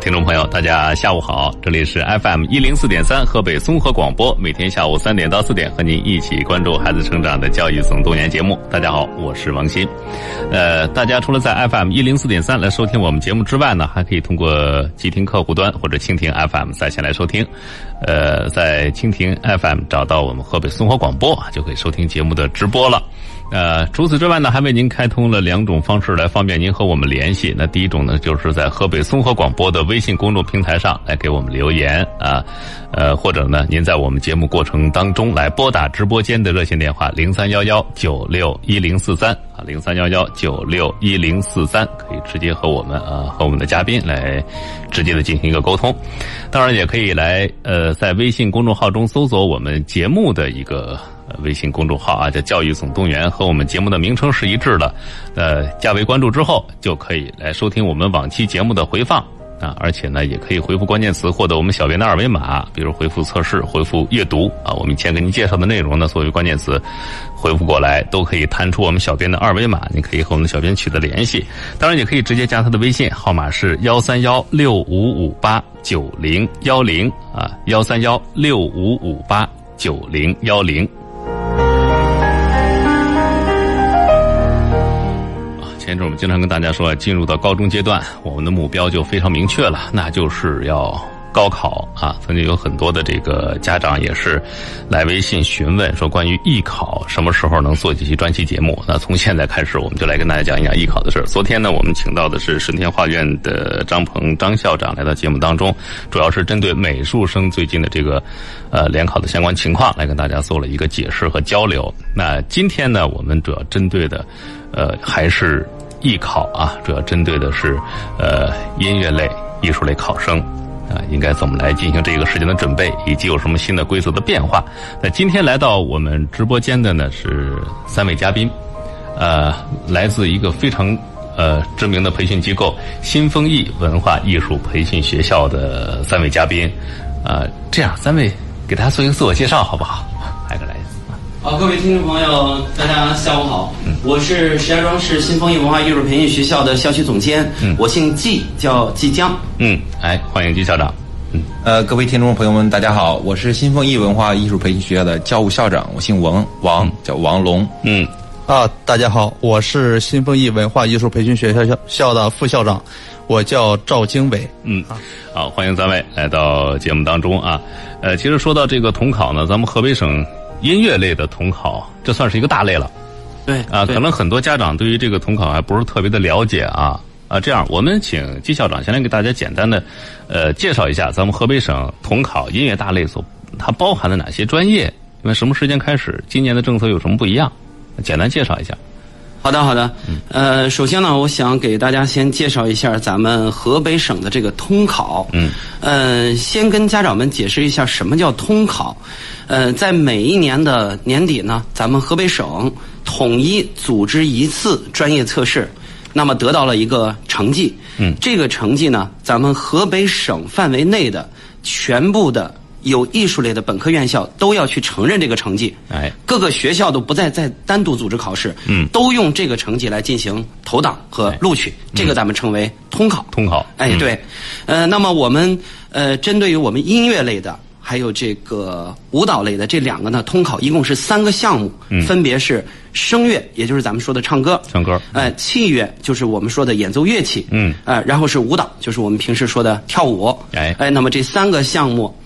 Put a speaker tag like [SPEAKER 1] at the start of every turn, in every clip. [SPEAKER 1] 听众朋友，大家下午好，这里是 FM 一零四点三河北综合广播，每天下午三点到四点和您一起关注孩子成长的教育总动员节目。大家好，我是王鑫。呃，大家除了在 FM 一零四点三来收听我们节目之外呢，还可以通过极听客户端或者蜻蜓 FM 在线来收听。呃，在蜻蜓 FM 找到我们河北综合广播，啊就可以收听节目的直播了。呃，除此之外呢，还为您开通了两种方式来方便您和我们联系。那第一种呢，就是在河北综合广播的微信公众平台上来给我们留言啊，呃，或者呢，您在我们节目过程当中来拨打直播间的热线电话零三幺幺九六一零四三啊，零三幺幺九六一零四三，可以直接和我们啊和我们的嘉宾来直接的进行一个沟通。当然，也可以来呃在微信公众号中搜索我们节目的一个。呃微信公众号啊，叫“教育总动员”，和我们节目的名称是一致的。呃，加为关注之后，就可以来收听我们往期节目的回放啊，而且呢，也可以回复关键词获得我们小编的二维码，比如回复测试、回复阅读啊，我们以前给您介绍的内容呢，作为关键词回复过来，都可以弹出我们小编的二维码，您可以和我们的小编取得联系。当然，也可以直接加他的微信，号码是幺三幺六五五八九零幺零啊，幺三幺六五五八九零幺零。前一阵我们经常跟大家说，进入到高中阶段，我们的目标就非常明确了，那就是要高考啊。曾经有很多的这个家长也是来微信询问说，关于艺考什么时候能做几期专题节目？那从现在开始，我们就来跟大家讲一讲艺考的事儿。昨天呢，我们请到的是顺天画院的张鹏张校长来到节目当中，主要是针对美术生最近的这个呃联考的相关情况来跟大家做了一个解释和交流。那今天呢，我们主要针对的。呃，还是艺考啊，主要针对的是呃音乐类、艺术类考生啊、应该怎么来进行这个时间的准备，以及有什么新的规则的变化。那今天来到我们直播间的呢是三位嘉宾，呃，来自一个非常呃知名的培训机构新丰艺文化艺术培训学校的三位嘉宾，呃，这样三位给大家做一个自我介绍好不好？来个来。
[SPEAKER 2] 好，各位听众朋友，大家下午好，我是石家庄市新丰艺文化艺术培训学校的校区总监，我姓季，叫季江。
[SPEAKER 1] 嗯，来欢迎季校长。嗯，
[SPEAKER 3] 呃，各位听众朋友们，大家好，我是新丰艺文化艺术培训学校的教务校长，我姓王，王叫王龙。
[SPEAKER 1] 嗯，
[SPEAKER 4] 啊，大家好，我是新丰艺文化艺术培训学校校校的副校长，我叫赵经纬。
[SPEAKER 1] 嗯，好，欢迎三位来到节目当中啊。呃，其实说到这个统考呢，咱们河北省音乐类的统考，这算是一个大类了
[SPEAKER 2] 对
[SPEAKER 1] 啊。
[SPEAKER 2] 对
[SPEAKER 1] 可能很多家长对于这个统考还不是特别的了解啊。啊，这样，我们请季校长先来给大家简单的，呃，介绍一下咱们河北省统考音乐大类所它包含了哪些专业，因为什么时间开始，今年的政策有什么不一样，简单介绍一下。
[SPEAKER 2] 好的，好的。呃，首先呢，我想给大家先介绍一下咱们河北省的这个通考。
[SPEAKER 1] 嗯。
[SPEAKER 2] 呃，先跟家长们解释一下什么叫通考。呃，在每一年的年底呢，咱们河北省统一组织一次专业测试，那么得到了一个成绩。嗯。这个成绩呢，咱们河北省范围内的全部的有艺术类的本科院校都要去承认这个成绩。
[SPEAKER 1] 哎
[SPEAKER 2] 各个学校都不再再单独组织考试，
[SPEAKER 1] 嗯
[SPEAKER 2] 都用这个成绩来进行投档和录取，这个咱们称为通考。
[SPEAKER 1] 通考
[SPEAKER 2] 哎，
[SPEAKER 1] 嗯
[SPEAKER 2] 对，呃，那么我们呃，针对于我们音乐类的。还有这个舞蹈类的这两个呢，通考一共是三个项目，分别是声乐，也就是咱们说的唱歌，
[SPEAKER 1] 嗯唱歌
[SPEAKER 2] 呃，器乐就是我们说的演奏乐器，
[SPEAKER 1] 嗯
[SPEAKER 2] 呃，然后是舞蹈，就是我们平时说的跳舞，
[SPEAKER 1] 哎
[SPEAKER 2] 哎，那么这三个项目，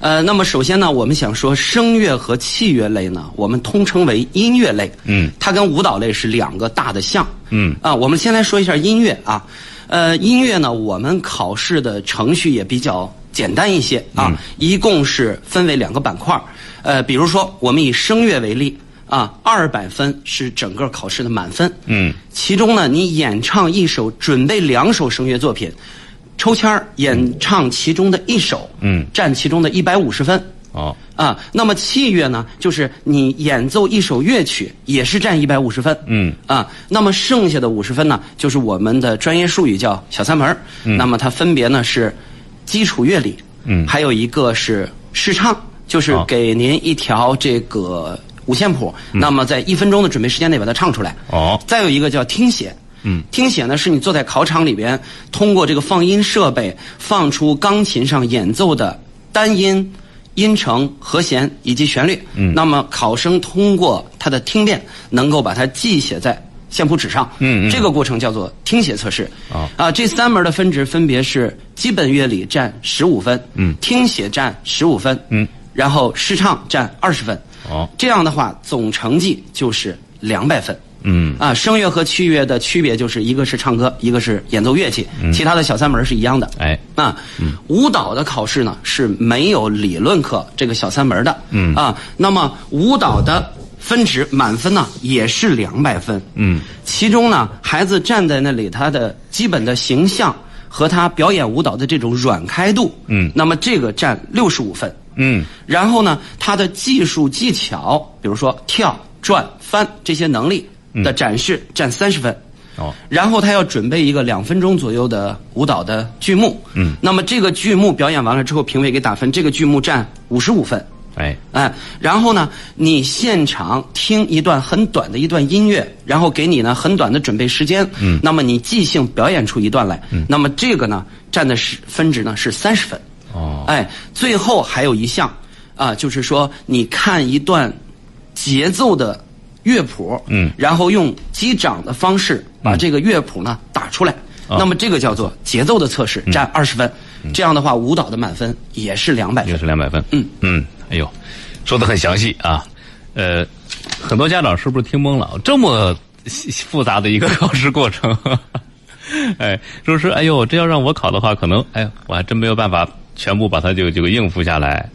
[SPEAKER 2] 呃，那么首先呢，我们想说声乐和器乐类呢，我们通称为音乐类。
[SPEAKER 1] 嗯
[SPEAKER 2] 它跟舞蹈类是两个大的项。
[SPEAKER 1] 嗯
[SPEAKER 2] 啊，我们先来说一下音乐啊，呃，音乐呢，我们考试的程序也比较简单一些啊，
[SPEAKER 1] 嗯
[SPEAKER 2] 一共是分为两个板块儿。呃，比如说我们以声乐为例啊，二百分是整个考试的满分。
[SPEAKER 1] 嗯，
[SPEAKER 2] 其中呢，你演唱一首，准备两首声乐作品，抽签儿演唱其中的一首，
[SPEAKER 1] 嗯
[SPEAKER 2] 占其中的一百五十分。
[SPEAKER 1] 哦，
[SPEAKER 2] 啊，那么器乐呢，就是你演奏一首乐曲，也是占一百五十分。
[SPEAKER 1] 嗯，
[SPEAKER 2] 啊，那么剩下的五十分呢，就是我们的专业术语叫小三门儿。那么它分别呢是基础乐理，
[SPEAKER 1] 嗯
[SPEAKER 2] 还有一个是试唱，就是
[SPEAKER 1] 好嗯
[SPEAKER 2] 给您一条这个五线谱，那么在一分钟的准备时间内把它唱出来。
[SPEAKER 1] 哦
[SPEAKER 2] 再有一个叫听写。嗯，听写呢是你坐在考场里边，通过这个放音设备放出钢琴上演奏的单音。音程、和弦以及旋律，嗯，那么考生通过他的听辨，能够把它记写在线谱纸上，
[SPEAKER 1] 嗯嗯
[SPEAKER 2] 这个过程叫做听写测试。
[SPEAKER 1] 哦
[SPEAKER 2] 啊，这三门的分值分别是基本乐理占十五分，
[SPEAKER 1] 嗯
[SPEAKER 2] 听写占十五分，
[SPEAKER 1] 嗯，
[SPEAKER 2] 然后视唱占二十分。
[SPEAKER 1] 哦
[SPEAKER 2] 这样的话，总成绩就是两百分。
[SPEAKER 1] 嗯
[SPEAKER 2] 啊，声乐和器乐的区别就是一个是唱歌，一个是演奏乐器，其他的小三门是一样的。
[SPEAKER 1] 嗯哎
[SPEAKER 2] 啊，舞蹈的考试呢是没有理论课这个小三门的。
[SPEAKER 1] 嗯
[SPEAKER 2] 啊，那么舞蹈的分值满分呢也是两百分。
[SPEAKER 1] 嗯，
[SPEAKER 2] 其中呢，孩子站在那里，他的基本的形象和他表演舞蹈的这种软开度，
[SPEAKER 1] 嗯
[SPEAKER 2] 那么这个占六十五分。
[SPEAKER 1] 嗯
[SPEAKER 2] 然后呢，他的技术技巧，比如说跳、转、翻这些能力的展示占三十分。
[SPEAKER 1] 哦
[SPEAKER 2] 然后他要准备一个两分钟左右的舞蹈的剧目，
[SPEAKER 1] 嗯
[SPEAKER 2] 那么这个剧目表演完了之后，评委给打分，这个剧目占五十五分，
[SPEAKER 1] 哎
[SPEAKER 2] 哎，然后呢，你现场听一段很短的一段音乐，然后给你呢很短的准备时间，嗯，那么你即兴表演出一段来，嗯，那么这个呢占的是分值呢是三十分，
[SPEAKER 1] 哦
[SPEAKER 2] 哎，最后还有一项啊、就是说你看一段节奏的乐谱，
[SPEAKER 1] 嗯
[SPEAKER 2] 然后用击掌的方式把这个乐谱呢打出来。
[SPEAKER 1] 啊
[SPEAKER 2] 那么这个叫做节奏的测试，
[SPEAKER 1] 嗯
[SPEAKER 2] 占二十分。这样的话，舞蹈的满分也是两百分
[SPEAKER 1] 也。是两百分。
[SPEAKER 2] 嗯
[SPEAKER 1] 嗯，哎呦，说的很详细啊。呃，很多家长是不是听懵了？这么细复杂的一个考试过程， 哎，就是哎呦，这要让我考的话，可能哎，我还真没有办法全部把它这个这个应付下来。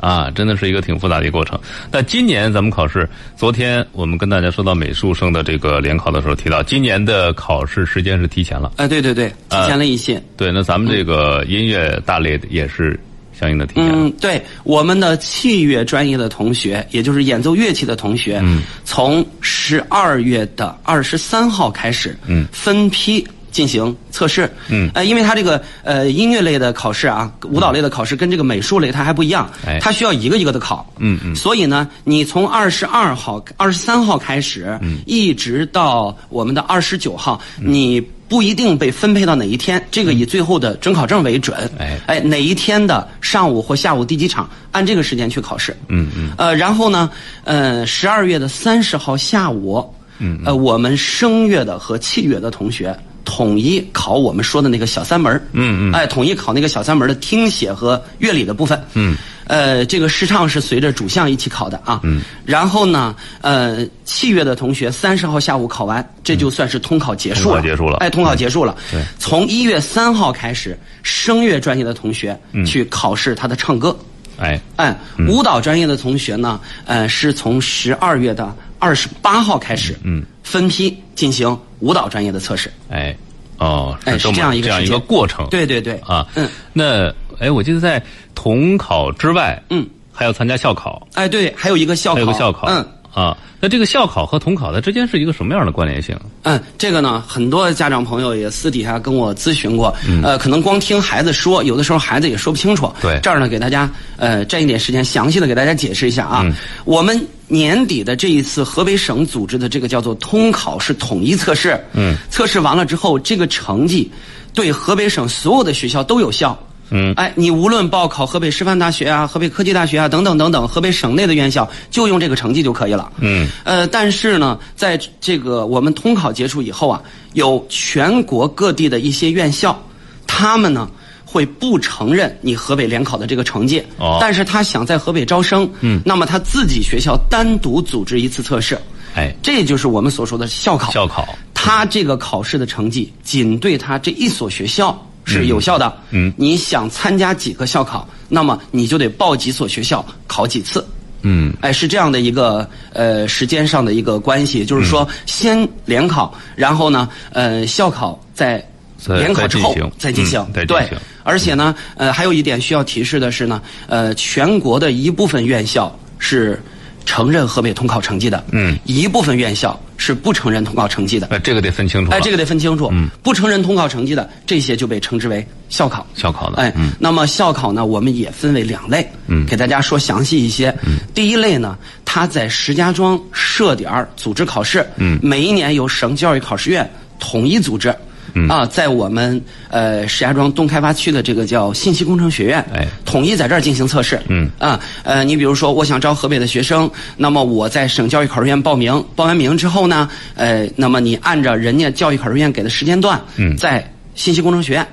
[SPEAKER 1] 啊，真的是一个挺复杂的一个过程。那今年咱们考试，昨天我们跟大家说到美术生的这个联考的时候提到，今年的考试时间是提前了。
[SPEAKER 2] 哎，对对对，提前了一些。
[SPEAKER 1] 对，那咱们这个音乐大类也是相应的提前了。
[SPEAKER 2] 嗯，对，我们的器乐专业的同学，也就是演奏乐器的同学，嗯，从十二月的二十三号开始，嗯，分批进行测试，
[SPEAKER 1] 嗯
[SPEAKER 2] 呃，因为它这个呃音乐类的考试啊，舞蹈类的考试跟这个美术类它还不一样，
[SPEAKER 1] 哎
[SPEAKER 2] 它需要一个一个的考，
[SPEAKER 1] 嗯嗯
[SPEAKER 2] 所以呢，你从二十二号、二十三号开始，
[SPEAKER 1] 嗯
[SPEAKER 2] 一直到我们的二十九号，你。不一定被分配到哪一天，这个以最后的准考证为准。
[SPEAKER 1] 哎
[SPEAKER 2] 哎，哪一天的上午或下午第几场，按这个时间去考试。
[SPEAKER 1] 嗯嗯。
[SPEAKER 2] 呃，然后呢，呃，十二月的三十号下午，嗯，呃，我们声乐的和器乐的同学统一考我们说的那个小三门儿
[SPEAKER 1] 嗯嗯
[SPEAKER 2] 哎，统一考那个小三门儿的听写和乐理的部分。
[SPEAKER 1] 嗯。
[SPEAKER 2] 呃，这个视唱是随着主项一起考的啊。嗯。然后呢，呃，器乐的同学三十号下午考完，这就算是通考结束
[SPEAKER 1] 通考
[SPEAKER 2] 了。
[SPEAKER 1] 结束了
[SPEAKER 2] 哎，通考结束了。
[SPEAKER 1] 对
[SPEAKER 2] 从一月三号开始，声乐专业的同学
[SPEAKER 1] 嗯
[SPEAKER 2] 去考试他的唱歌。
[SPEAKER 1] 哎，
[SPEAKER 2] 哎，舞蹈专业的同学呢，呃，是从十二月的二十八号开始，嗯，分批进行舞蹈专业的测试。
[SPEAKER 1] 哎，哦，
[SPEAKER 2] 哎
[SPEAKER 1] 这么
[SPEAKER 2] 是这样一个
[SPEAKER 1] 这样一
[SPEAKER 2] 时
[SPEAKER 1] 个
[SPEAKER 2] 间
[SPEAKER 1] 过程，
[SPEAKER 2] 对对对，
[SPEAKER 1] 啊，
[SPEAKER 2] 嗯，
[SPEAKER 1] 那哎，我记得在统考之外，
[SPEAKER 2] 嗯，
[SPEAKER 1] 还要参加校考，
[SPEAKER 2] 哎，对，还有一个校考，
[SPEAKER 1] 还有个校考，
[SPEAKER 2] 嗯。
[SPEAKER 1] 啊，那这个校考和统考它之间是一个什么样的关联性？
[SPEAKER 2] 嗯，这个呢，很多家长朋友也私底下跟我咨询过，呃，可能光听孩子说，有的时候孩子也说不清楚。
[SPEAKER 1] 嗯对
[SPEAKER 2] 这儿呢，给大家呃占一点时间，详细的给大家解释一下
[SPEAKER 1] 嗯
[SPEAKER 2] 啊。我们年底的这一次河北省组织的这个叫做通考是统一测试，嗯，测试完了之后，这个成绩对河北省所有的学校都有效。
[SPEAKER 1] 嗯
[SPEAKER 2] 哎，你无论报考河北师范大学啊、河北科技大学啊等等等等，河北省内的院校，就用这个成绩就可以了。
[SPEAKER 1] 嗯，
[SPEAKER 2] 呃，但是呢，在这个我们通考结束以后啊，有全国各地的一些院校，他们呢会不承认你河北联考的这个成绩，
[SPEAKER 1] 哦
[SPEAKER 2] 但是他想在河北招生，嗯，那么他自己学校单独组织一次测试，
[SPEAKER 1] 哎，
[SPEAKER 2] 这就是我们所说的校考。
[SPEAKER 1] 校考
[SPEAKER 2] 他这个考试的成绩仅对他这一所学校是有效的。
[SPEAKER 1] 嗯
[SPEAKER 2] 你想参加几个校考，那么你就得报几所学校考几次。
[SPEAKER 1] 嗯，
[SPEAKER 2] 哎，是这样的一个呃时间上的一个关系，就是说
[SPEAKER 1] 嗯
[SPEAKER 2] 先联考，然后呢，呃，校考在
[SPEAKER 1] 再
[SPEAKER 2] 联考之后
[SPEAKER 1] 再
[SPEAKER 2] 再
[SPEAKER 1] 进
[SPEAKER 2] 进
[SPEAKER 1] 行
[SPEAKER 2] 行
[SPEAKER 1] 嗯，再进
[SPEAKER 2] 对
[SPEAKER 1] 行。
[SPEAKER 2] 而且呢，呃，还有一点需要提示的是呢，呃，全国的一部分院校是承认河北统考成绩的，
[SPEAKER 1] 嗯
[SPEAKER 2] 一部分院校是不承认统考成绩的。
[SPEAKER 1] 那这个得分清楚了，
[SPEAKER 2] 哎，这个得分清楚。不承认统考成绩的，这些就被称之为校考。
[SPEAKER 1] 校考的
[SPEAKER 2] 哎，
[SPEAKER 1] 嗯
[SPEAKER 2] 那么校考呢，我们也分为两类，嗯，给大家说详细一些。
[SPEAKER 1] 嗯
[SPEAKER 2] 第一类呢，它在石家庄设点儿组织考试，嗯，每一年由省教育考试院统一组织。
[SPEAKER 1] 嗯
[SPEAKER 2] 啊，在我们呃石家庄东开发区的这个叫信息工程学院，
[SPEAKER 1] 哎
[SPEAKER 2] 统一在这儿进行测试。嗯啊，呃，你比如说，我想招河北的学生，那么我在省教育考试院报名，报完名之后呢，呃，那么你按照人家教育考试院给的时间段，嗯，在信息工程学院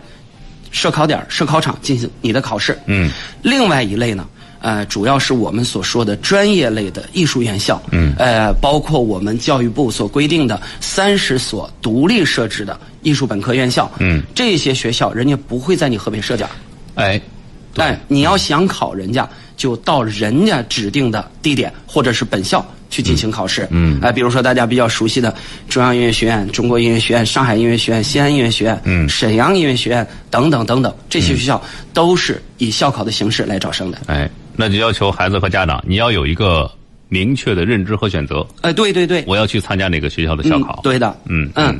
[SPEAKER 2] 设考点儿、设考场进行你的考试。
[SPEAKER 1] 嗯，
[SPEAKER 2] 另外一类呢。呃，主要是我们所说的专业类的艺术院校，嗯，呃，包括我们教育部所规定的三十所独立设置的艺术本科院校，
[SPEAKER 1] 嗯，
[SPEAKER 2] 这些学校人家不会在你河北设点儿，
[SPEAKER 1] 哎，
[SPEAKER 2] 但你要想考人家，就到人家指定的地点或者是本校去进行考试。嗯，哎、比如说大家比较熟悉的中央音乐学院、中国音乐学院、上海音乐学院、西安音乐学院、嗯、沈阳音乐学院等等等等，这些学校都是以校考的形式来招生的。
[SPEAKER 1] 哎，那就要求孩子和家长，你要有一个明确的认知和选择，
[SPEAKER 2] 哎、对对对，
[SPEAKER 1] 我要去参加哪个学校的校考。
[SPEAKER 2] 嗯，对的，
[SPEAKER 1] 嗯
[SPEAKER 2] 嗯
[SPEAKER 1] 嗯，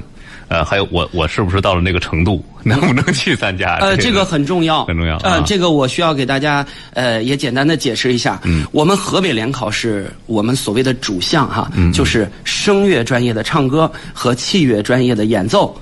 [SPEAKER 1] 呃，还有我我是不是到了那个程度，能不能去参加？
[SPEAKER 2] 呃，这个很重要，
[SPEAKER 1] 啊很重要
[SPEAKER 2] 呃
[SPEAKER 1] 啊，
[SPEAKER 2] 这个我需要给大家呃也简单的解释一下。嗯，我们河北联考是我们所谓的主项哈，
[SPEAKER 1] 嗯
[SPEAKER 2] 就是声乐专业的唱歌和器乐专业的演奏，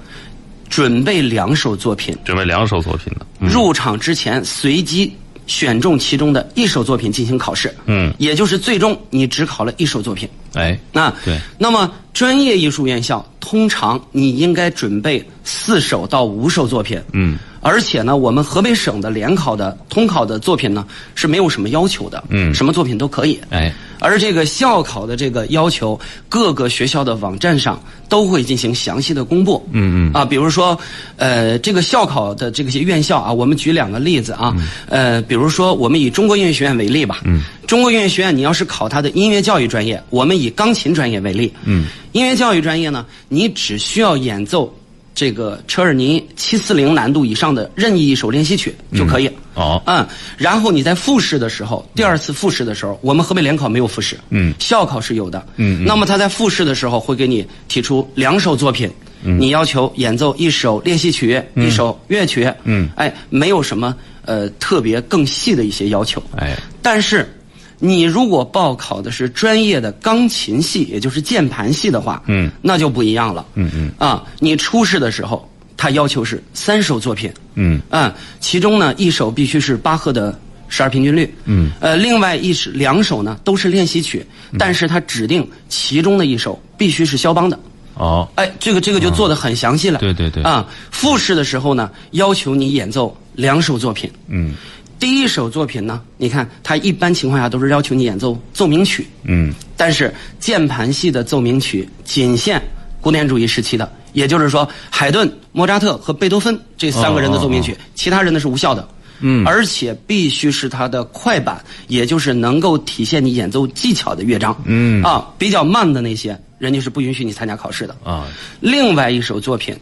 [SPEAKER 2] 准备两首作品，
[SPEAKER 1] 准备两首作品呢。
[SPEAKER 2] 入场之前随机选中其中的一首作品进行考试。
[SPEAKER 1] 嗯
[SPEAKER 2] 也就是最终你只考了一首作品。
[SPEAKER 1] 哎，
[SPEAKER 2] 那
[SPEAKER 1] 对
[SPEAKER 2] 那么专业艺术院校通常你应该准备四首到五首作品，嗯，而且呢，我们河北省的联考的统考的作品呢是没有什么要求的，嗯，什么作品都可以，
[SPEAKER 1] 哎，
[SPEAKER 2] 而这个校考的这个要求，各个学校的网站上都会进行详细的公布，嗯嗯，啊，比如说，呃，这个校考的这些院校啊，我们举两个例子啊，呃，比如说我们以中国音乐学院为例吧，嗯，中国音乐学院你要是考它的音乐教育专业，我们以钢琴专业为例，嗯，音乐教育专业呢，你只需要演奏这个车尔尼七四零难度以上的任意一首练习曲就可以。
[SPEAKER 1] 哦
[SPEAKER 2] 嗯，然后你在复试的时候，第二次复试的时候，我们河北联考没有复试，嗯，校考是有的，嗯，那么他在复试的时候会给你提出两首作品，嗯，你要求演奏一首练习曲，一首乐曲，嗯，哎，没有什么呃特别更细的一些要求，
[SPEAKER 1] 哎，
[SPEAKER 2] 但是你如果报考的是专业的钢琴系，也就是键盘系的话，嗯，那就不一样了，嗯嗯，啊，你初试的时候，他要求是三首作品，
[SPEAKER 1] 嗯
[SPEAKER 2] 啊，其中呢一首必须是巴赫的十二平均律，嗯，呃，另外一首两首呢都是练习曲，但是他指定其中的一首必须是肖邦的，
[SPEAKER 1] 哦，
[SPEAKER 2] 哎，这个这个就做的很详细了。
[SPEAKER 1] 对对对
[SPEAKER 2] 啊，复试的时候呢，要求你演奏两首作品。嗯，第一首作品呢，你看它一般情况下都是要求你演奏奏鸣曲。
[SPEAKER 1] 嗯，
[SPEAKER 2] 但是键盘系的奏鸣曲仅限古典主义时期的，也就是说，海顿、莫扎特和贝多芬这三个人的奏鸣曲，其他人的是无效的。哦嗯，而且必须是它的快板，也就是能够体现你演奏技巧的乐章。嗯，啊，比较慢的那些，人家是不允许你参加考试的。
[SPEAKER 1] 啊，
[SPEAKER 2] 另外一首作品，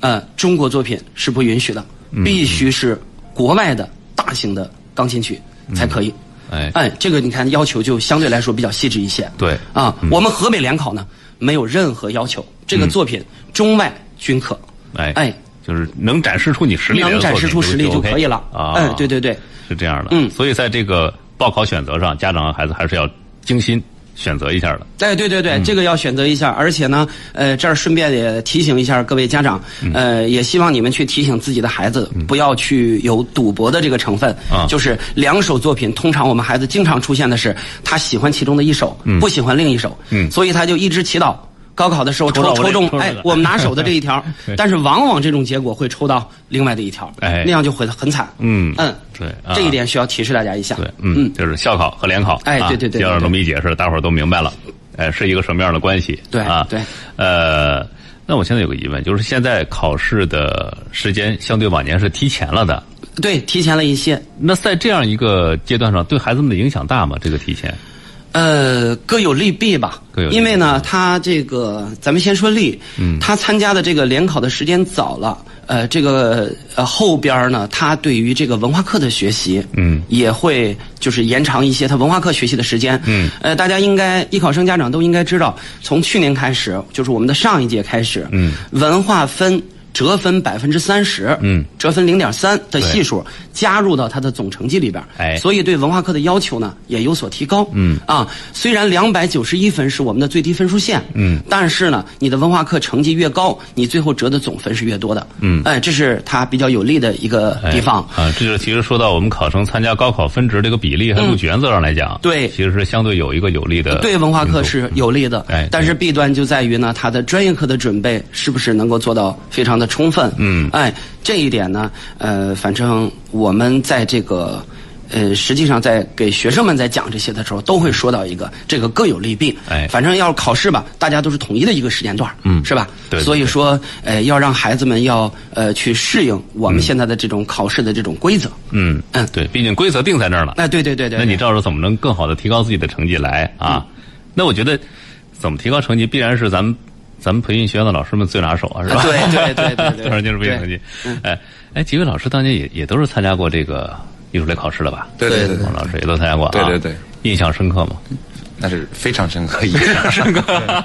[SPEAKER 2] 呃，中国作品是不允许的，
[SPEAKER 1] 嗯
[SPEAKER 2] 必须是国外的大型的钢琴曲才可以。
[SPEAKER 1] 哎
[SPEAKER 2] 哎，这个你看要求就相对来说比较细致一些。
[SPEAKER 1] 对嗯
[SPEAKER 2] 啊，我们河北联考呢没有任何要求，这个作品中外均可。
[SPEAKER 1] 哎
[SPEAKER 2] 哎，
[SPEAKER 1] 就是能展示出你实力来的
[SPEAKER 2] 能
[SPEAKER 1] 作品，
[SPEAKER 2] 展示出实力就可以了
[SPEAKER 1] OK。啊。
[SPEAKER 2] 嗯，对对对，
[SPEAKER 1] 是这样的。
[SPEAKER 2] 嗯
[SPEAKER 1] 所以在这个报考选择上，家长和孩子还是要精心选择一下的。
[SPEAKER 2] 哎，对对对，
[SPEAKER 1] 嗯
[SPEAKER 2] 这个要选择一下，而且呢，呃，这儿顺便也提醒一下各位家长，
[SPEAKER 1] 嗯
[SPEAKER 2] 呃，也希望你们去提醒自己的孩子，不要去有赌博的这个成分。
[SPEAKER 1] 啊
[SPEAKER 2] 就是两首作品，通常我们孩子经常出现的是，他喜欢其中的一首，不喜欢另一首，
[SPEAKER 1] 嗯
[SPEAKER 2] 所以他就一直祈祷。高考的时候
[SPEAKER 1] 抽
[SPEAKER 2] 抽
[SPEAKER 1] 到我
[SPEAKER 2] 抽
[SPEAKER 1] 这
[SPEAKER 2] 中
[SPEAKER 1] 抽，到
[SPEAKER 2] 哎
[SPEAKER 1] 这个，
[SPEAKER 2] 我们拿手的这一条
[SPEAKER 1] 对，
[SPEAKER 2] 但是往往这种结果会抽到另外的一条，
[SPEAKER 1] 哎
[SPEAKER 2] 那样就会很惨。
[SPEAKER 1] 嗯
[SPEAKER 2] 嗯，
[SPEAKER 1] 对啊
[SPEAKER 2] 这一点需要提示大家一下。
[SPEAKER 1] 对，嗯，就是校考和联考，
[SPEAKER 2] 哎
[SPEAKER 1] 啊
[SPEAKER 2] 对对对对
[SPEAKER 1] 要让这么一解释，大伙儿都明白了，哎，是一个什么样的关系？
[SPEAKER 2] 对
[SPEAKER 1] 啊，
[SPEAKER 2] 对，
[SPEAKER 1] 呃，那我现在有个疑问，就是现在考试的时间相对往年是提前了的，
[SPEAKER 2] 对，提前了一些，
[SPEAKER 1] 那在这样一个阶段上，对孩子们的影响大吗？这个提前，
[SPEAKER 2] 呃，各有利弊吧。
[SPEAKER 1] 各有利弊
[SPEAKER 2] 因为呢，他这个，咱们先说利。嗯，他参加的这个联考的时间早了，呃，这个呃后边儿呢，他对于这个文化课的学习，嗯，也会就是延长一些他文化课学习的时间。嗯，呃，大家应该艺考生家长都应该知道，从去年开始，就是我们的上一届开始，嗯，文化分折分百分之三十，
[SPEAKER 1] 嗯，
[SPEAKER 2] 折分零点三的
[SPEAKER 1] 对
[SPEAKER 2] 系数加入到他的总成绩里边儿，
[SPEAKER 1] 哎
[SPEAKER 2] 所以对文化课的要求呢也有所提高，嗯啊，虽然两百九十一分是我们的最低分数线，
[SPEAKER 1] 嗯
[SPEAKER 2] 但是呢，你的文化课成绩越高，你最后折的总分是越多的，嗯，哎，这是它比较有利的一个
[SPEAKER 1] 哎
[SPEAKER 2] 地方，
[SPEAKER 1] 啊，这就其实说到我们考生参加高考分值这个比例和录取原则上来讲，
[SPEAKER 2] 嗯对
[SPEAKER 1] 其实是相对有一个有利的
[SPEAKER 2] 对文化课
[SPEAKER 1] 因素
[SPEAKER 2] 是有利的，
[SPEAKER 1] 哎
[SPEAKER 2] 但是弊端就在于呢，他的专业课的准备是不是能够做到非常的充分？
[SPEAKER 1] 嗯
[SPEAKER 2] 哎，这一点呢，呃，反正我们在这个。呃，实际上在给学生们在讲这些的时候，都会说到一个这个各有利弊。
[SPEAKER 1] 哎
[SPEAKER 2] 反正要是考试吧，大家都是统一的一个时间段，嗯是吧？
[SPEAKER 1] 对对
[SPEAKER 2] 所以说，呃，要让孩子们要呃去适应我们现在的这种考试的这种规则。
[SPEAKER 1] 嗯
[SPEAKER 2] 嗯
[SPEAKER 1] 对，毕竟规则定在那儿了。
[SPEAKER 2] 哎，对对对对，
[SPEAKER 1] 那你
[SPEAKER 2] 对
[SPEAKER 1] 到时候怎么能更好的提高自己的成绩来啊？
[SPEAKER 3] 嗯
[SPEAKER 1] 那我觉得，怎么提高成绩，必然是咱们咱们培训学校的老师们最拿手啊，是吧？
[SPEAKER 2] 对对对对对
[SPEAKER 1] 当然就是培训成绩。
[SPEAKER 3] 嗯
[SPEAKER 1] 哎哎，几位老师当年也也都是参加过这个艺术类考试了吧？
[SPEAKER 3] 对对对对
[SPEAKER 1] 王老师也都参加过啊。
[SPEAKER 3] 对对对，
[SPEAKER 1] 印象深 刻吗？
[SPEAKER 3] 那是非常深 刻，印象深刻。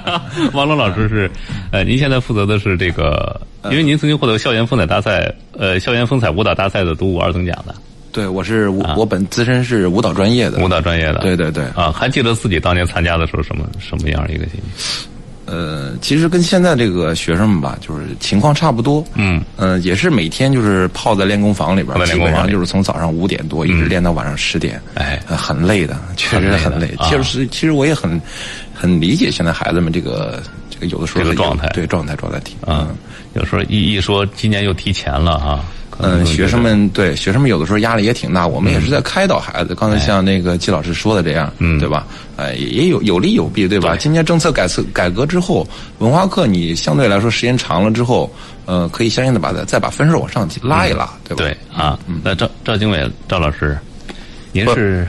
[SPEAKER 1] 王龙老师是，呃，您现在负责的是这个，
[SPEAKER 3] 嗯
[SPEAKER 1] 因为您曾经获得校园风采大赛，呃，校园风采舞蹈大赛的独舞二等奖的
[SPEAKER 3] 对，我是舞，我本自身是舞蹈专业的，
[SPEAKER 1] 啊舞蹈专业的。
[SPEAKER 3] 对对对
[SPEAKER 1] 啊，还记得自己当年参加的时候什么什么样的一个情形？
[SPEAKER 3] 呃，其实跟现在这个学生们吧，就是情况差不多。
[SPEAKER 1] 嗯，
[SPEAKER 3] 呃，也是每天就是泡在练功房里边
[SPEAKER 1] 泡在
[SPEAKER 3] 儿，
[SPEAKER 1] 练
[SPEAKER 3] 基
[SPEAKER 1] 功
[SPEAKER 3] 本
[SPEAKER 1] 房里嗯
[SPEAKER 3] 上就是从早上五点多一直练到晚上十点。
[SPEAKER 1] 哎
[SPEAKER 3] 呃很累的，确实
[SPEAKER 1] 很
[SPEAKER 3] 很
[SPEAKER 1] 累
[SPEAKER 3] 累
[SPEAKER 1] 的。
[SPEAKER 3] 其
[SPEAKER 1] 啊
[SPEAKER 3] 实是，其实我也很很理解现在孩子们这个这个有的时候
[SPEAKER 1] 这个
[SPEAKER 3] 有
[SPEAKER 1] 状态
[SPEAKER 3] 对状态状态挺
[SPEAKER 1] 啊，有时候一一说今年又提前了啊，可能会
[SPEAKER 3] 嗯，
[SPEAKER 1] 觉
[SPEAKER 3] 学
[SPEAKER 1] 得
[SPEAKER 3] 生们对学生们有的时候压力也挺大，我们也是在开导孩子。刚才像那个季老师说的这样，
[SPEAKER 1] 哎嗯
[SPEAKER 3] 对吧？呃，也也有有利有弊，对吧？
[SPEAKER 1] 对
[SPEAKER 3] 今年政策改革改革之后，文化课你相对来说时间长了之后，呃，可以相应的把它再把分数往上拉一拉，对吧？
[SPEAKER 1] 对啊，
[SPEAKER 4] 嗯
[SPEAKER 1] 那赵赵经纬赵老师，您是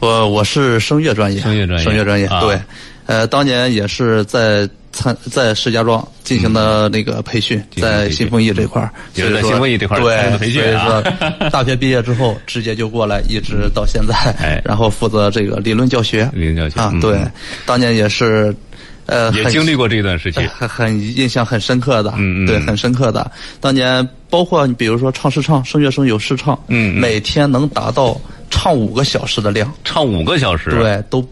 [SPEAKER 4] 我呃我是声乐专业，
[SPEAKER 1] 声乐专业
[SPEAKER 4] 声乐专业，
[SPEAKER 1] 啊
[SPEAKER 4] 对，呃，当年也是在参在石家庄进行的那个培训，
[SPEAKER 1] 嗯进行培训
[SPEAKER 4] 在新丰艺这块儿，
[SPEAKER 1] 也是
[SPEAKER 4] 所
[SPEAKER 1] 在
[SPEAKER 4] 以说
[SPEAKER 1] 新丰艺这块儿参加的
[SPEAKER 4] 对，
[SPEAKER 1] 培训啊
[SPEAKER 4] 所以说大学毕业之后直接就过来，一直到现在，
[SPEAKER 1] 哎
[SPEAKER 4] 然后负责这个理论教学，
[SPEAKER 1] 理论教学
[SPEAKER 4] 啊
[SPEAKER 1] 嗯，
[SPEAKER 4] 对，当年也是，呃，
[SPEAKER 1] 也
[SPEAKER 4] 很哎
[SPEAKER 1] 经历过这段时期，
[SPEAKER 4] 很很印象很深刻的，
[SPEAKER 1] 嗯嗯
[SPEAKER 4] 对，很深刻的。当年包括你比如说唱试唱，声乐生有试唱，
[SPEAKER 1] 嗯嗯
[SPEAKER 4] 每天能达到唱五个小时的量，
[SPEAKER 1] 唱五个小时，
[SPEAKER 4] 对，都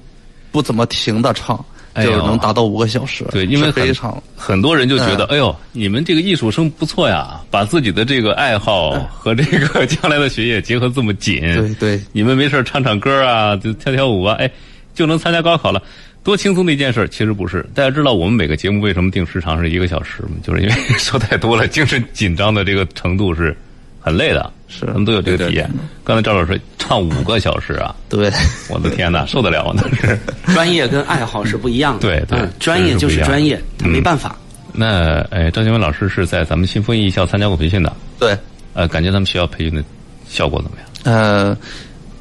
[SPEAKER 4] 不怎么停的唱，
[SPEAKER 1] 哎
[SPEAKER 4] 就
[SPEAKER 1] 呦
[SPEAKER 4] 是能达到五个小时，
[SPEAKER 1] 对，因为
[SPEAKER 4] 是
[SPEAKER 1] 很
[SPEAKER 4] 非常
[SPEAKER 1] 很多人就觉得，
[SPEAKER 4] 嗯
[SPEAKER 1] 哎呦，你们这个艺术生不错呀，把自己的这个爱好和这个 将来的学业结合这么紧，
[SPEAKER 4] 嗯对对
[SPEAKER 1] 你们没事儿唱唱歌啊，就跳跳舞啊，哎，就能参加高考了。多轻松的一件事儿，其实不是。大家知道我们每个节目为什么定时长是一个小时吗？就是因 为说太多了，精神紧张的这个程度是很累的，
[SPEAKER 4] 是
[SPEAKER 1] 咱们都有这个
[SPEAKER 3] 对对
[SPEAKER 1] 体验。刚才赵老师唱五个小时啊，
[SPEAKER 4] 对。
[SPEAKER 1] 我的天 哪，受得了吗？那是。
[SPEAKER 2] 专业跟爱好是不一样的。
[SPEAKER 1] 对对
[SPEAKER 2] 嗯专业就是专业，他
[SPEAKER 1] 嗯
[SPEAKER 2] 没办法。
[SPEAKER 1] 那哎，赵金文老师是在咱们新丰艺校参加过培训的，
[SPEAKER 4] 对，
[SPEAKER 1] 呃，感觉咱们学校培训的效果怎么样？
[SPEAKER 4] 呃，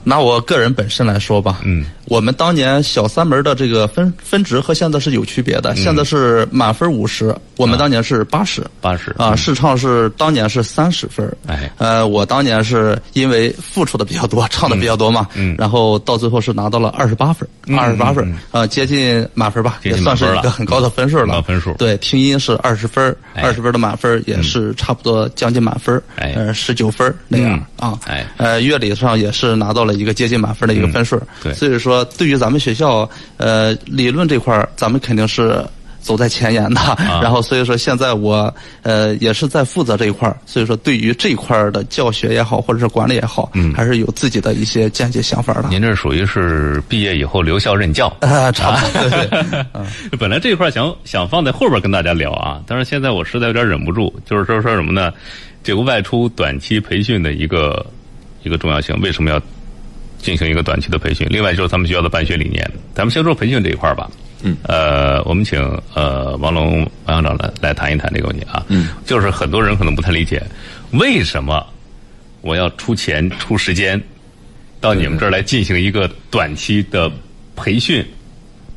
[SPEAKER 4] 拿我个人本身来说吧，
[SPEAKER 1] 嗯，
[SPEAKER 4] 我们当年小三门的这个分分值和现在是有区别
[SPEAKER 1] 嗯
[SPEAKER 4] 的，现在是满分五十，我们当年是八十、
[SPEAKER 1] 80
[SPEAKER 4] 啊，试唱是当年是三十分，
[SPEAKER 1] 嗯哎
[SPEAKER 4] 呃，我当年是因为付出的比较多，唱的比较多嘛，
[SPEAKER 1] 嗯嗯嗯
[SPEAKER 4] 然后到最后是拿到了二十八分，二十八分，啊，接近满分吧，
[SPEAKER 1] 接
[SPEAKER 4] 也
[SPEAKER 1] 近满
[SPEAKER 4] 算
[SPEAKER 1] 分
[SPEAKER 4] 是一
[SPEAKER 1] 了嗯
[SPEAKER 4] 个很高的分数了，
[SPEAKER 1] 满分数
[SPEAKER 4] 对，听音是二十分，
[SPEAKER 1] 哎
[SPEAKER 4] 二十分的满分也是差不多将近满分，
[SPEAKER 1] 哎
[SPEAKER 4] 呃，十九分那样、啊，
[SPEAKER 1] 哎
[SPEAKER 4] 呃，乐理上也是拿到了一个接近满分的一个分数。
[SPEAKER 1] 嗯对
[SPEAKER 4] 所以说对于咱们学校，呃，理论这块儿，咱们肯定是。走在前沿的，
[SPEAKER 1] 啊
[SPEAKER 4] 然后所以说现在我呃也是在负责这一块儿，所以说对于这一块儿的教学也好，或者是管理也好，还是有自己的一些见解想法
[SPEAKER 3] 啊
[SPEAKER 4] 的。
[SPEAKER 1] 嗯您这属于是毕业以后留校任教。
[SPEAKER 4] 啊，差不多，对对
[SPEAKER 1] 本来这块儿想想放在后边跟大家聊啊，但是现在我实在有点忍不住，就是说说什么呢？这个外出短期培训的一个一个重要性，为什么要进行一个短期的培训？另外就是咱们学校的办学理念，咱们先说培训这一块儿吧。嗯，呃，我们请呃王龙王校长来来谈一谈这个问题啊。嗯，就是很多人可能不太理解，为什么我要出钱出时间到你们这儿来进行一个短期的培训，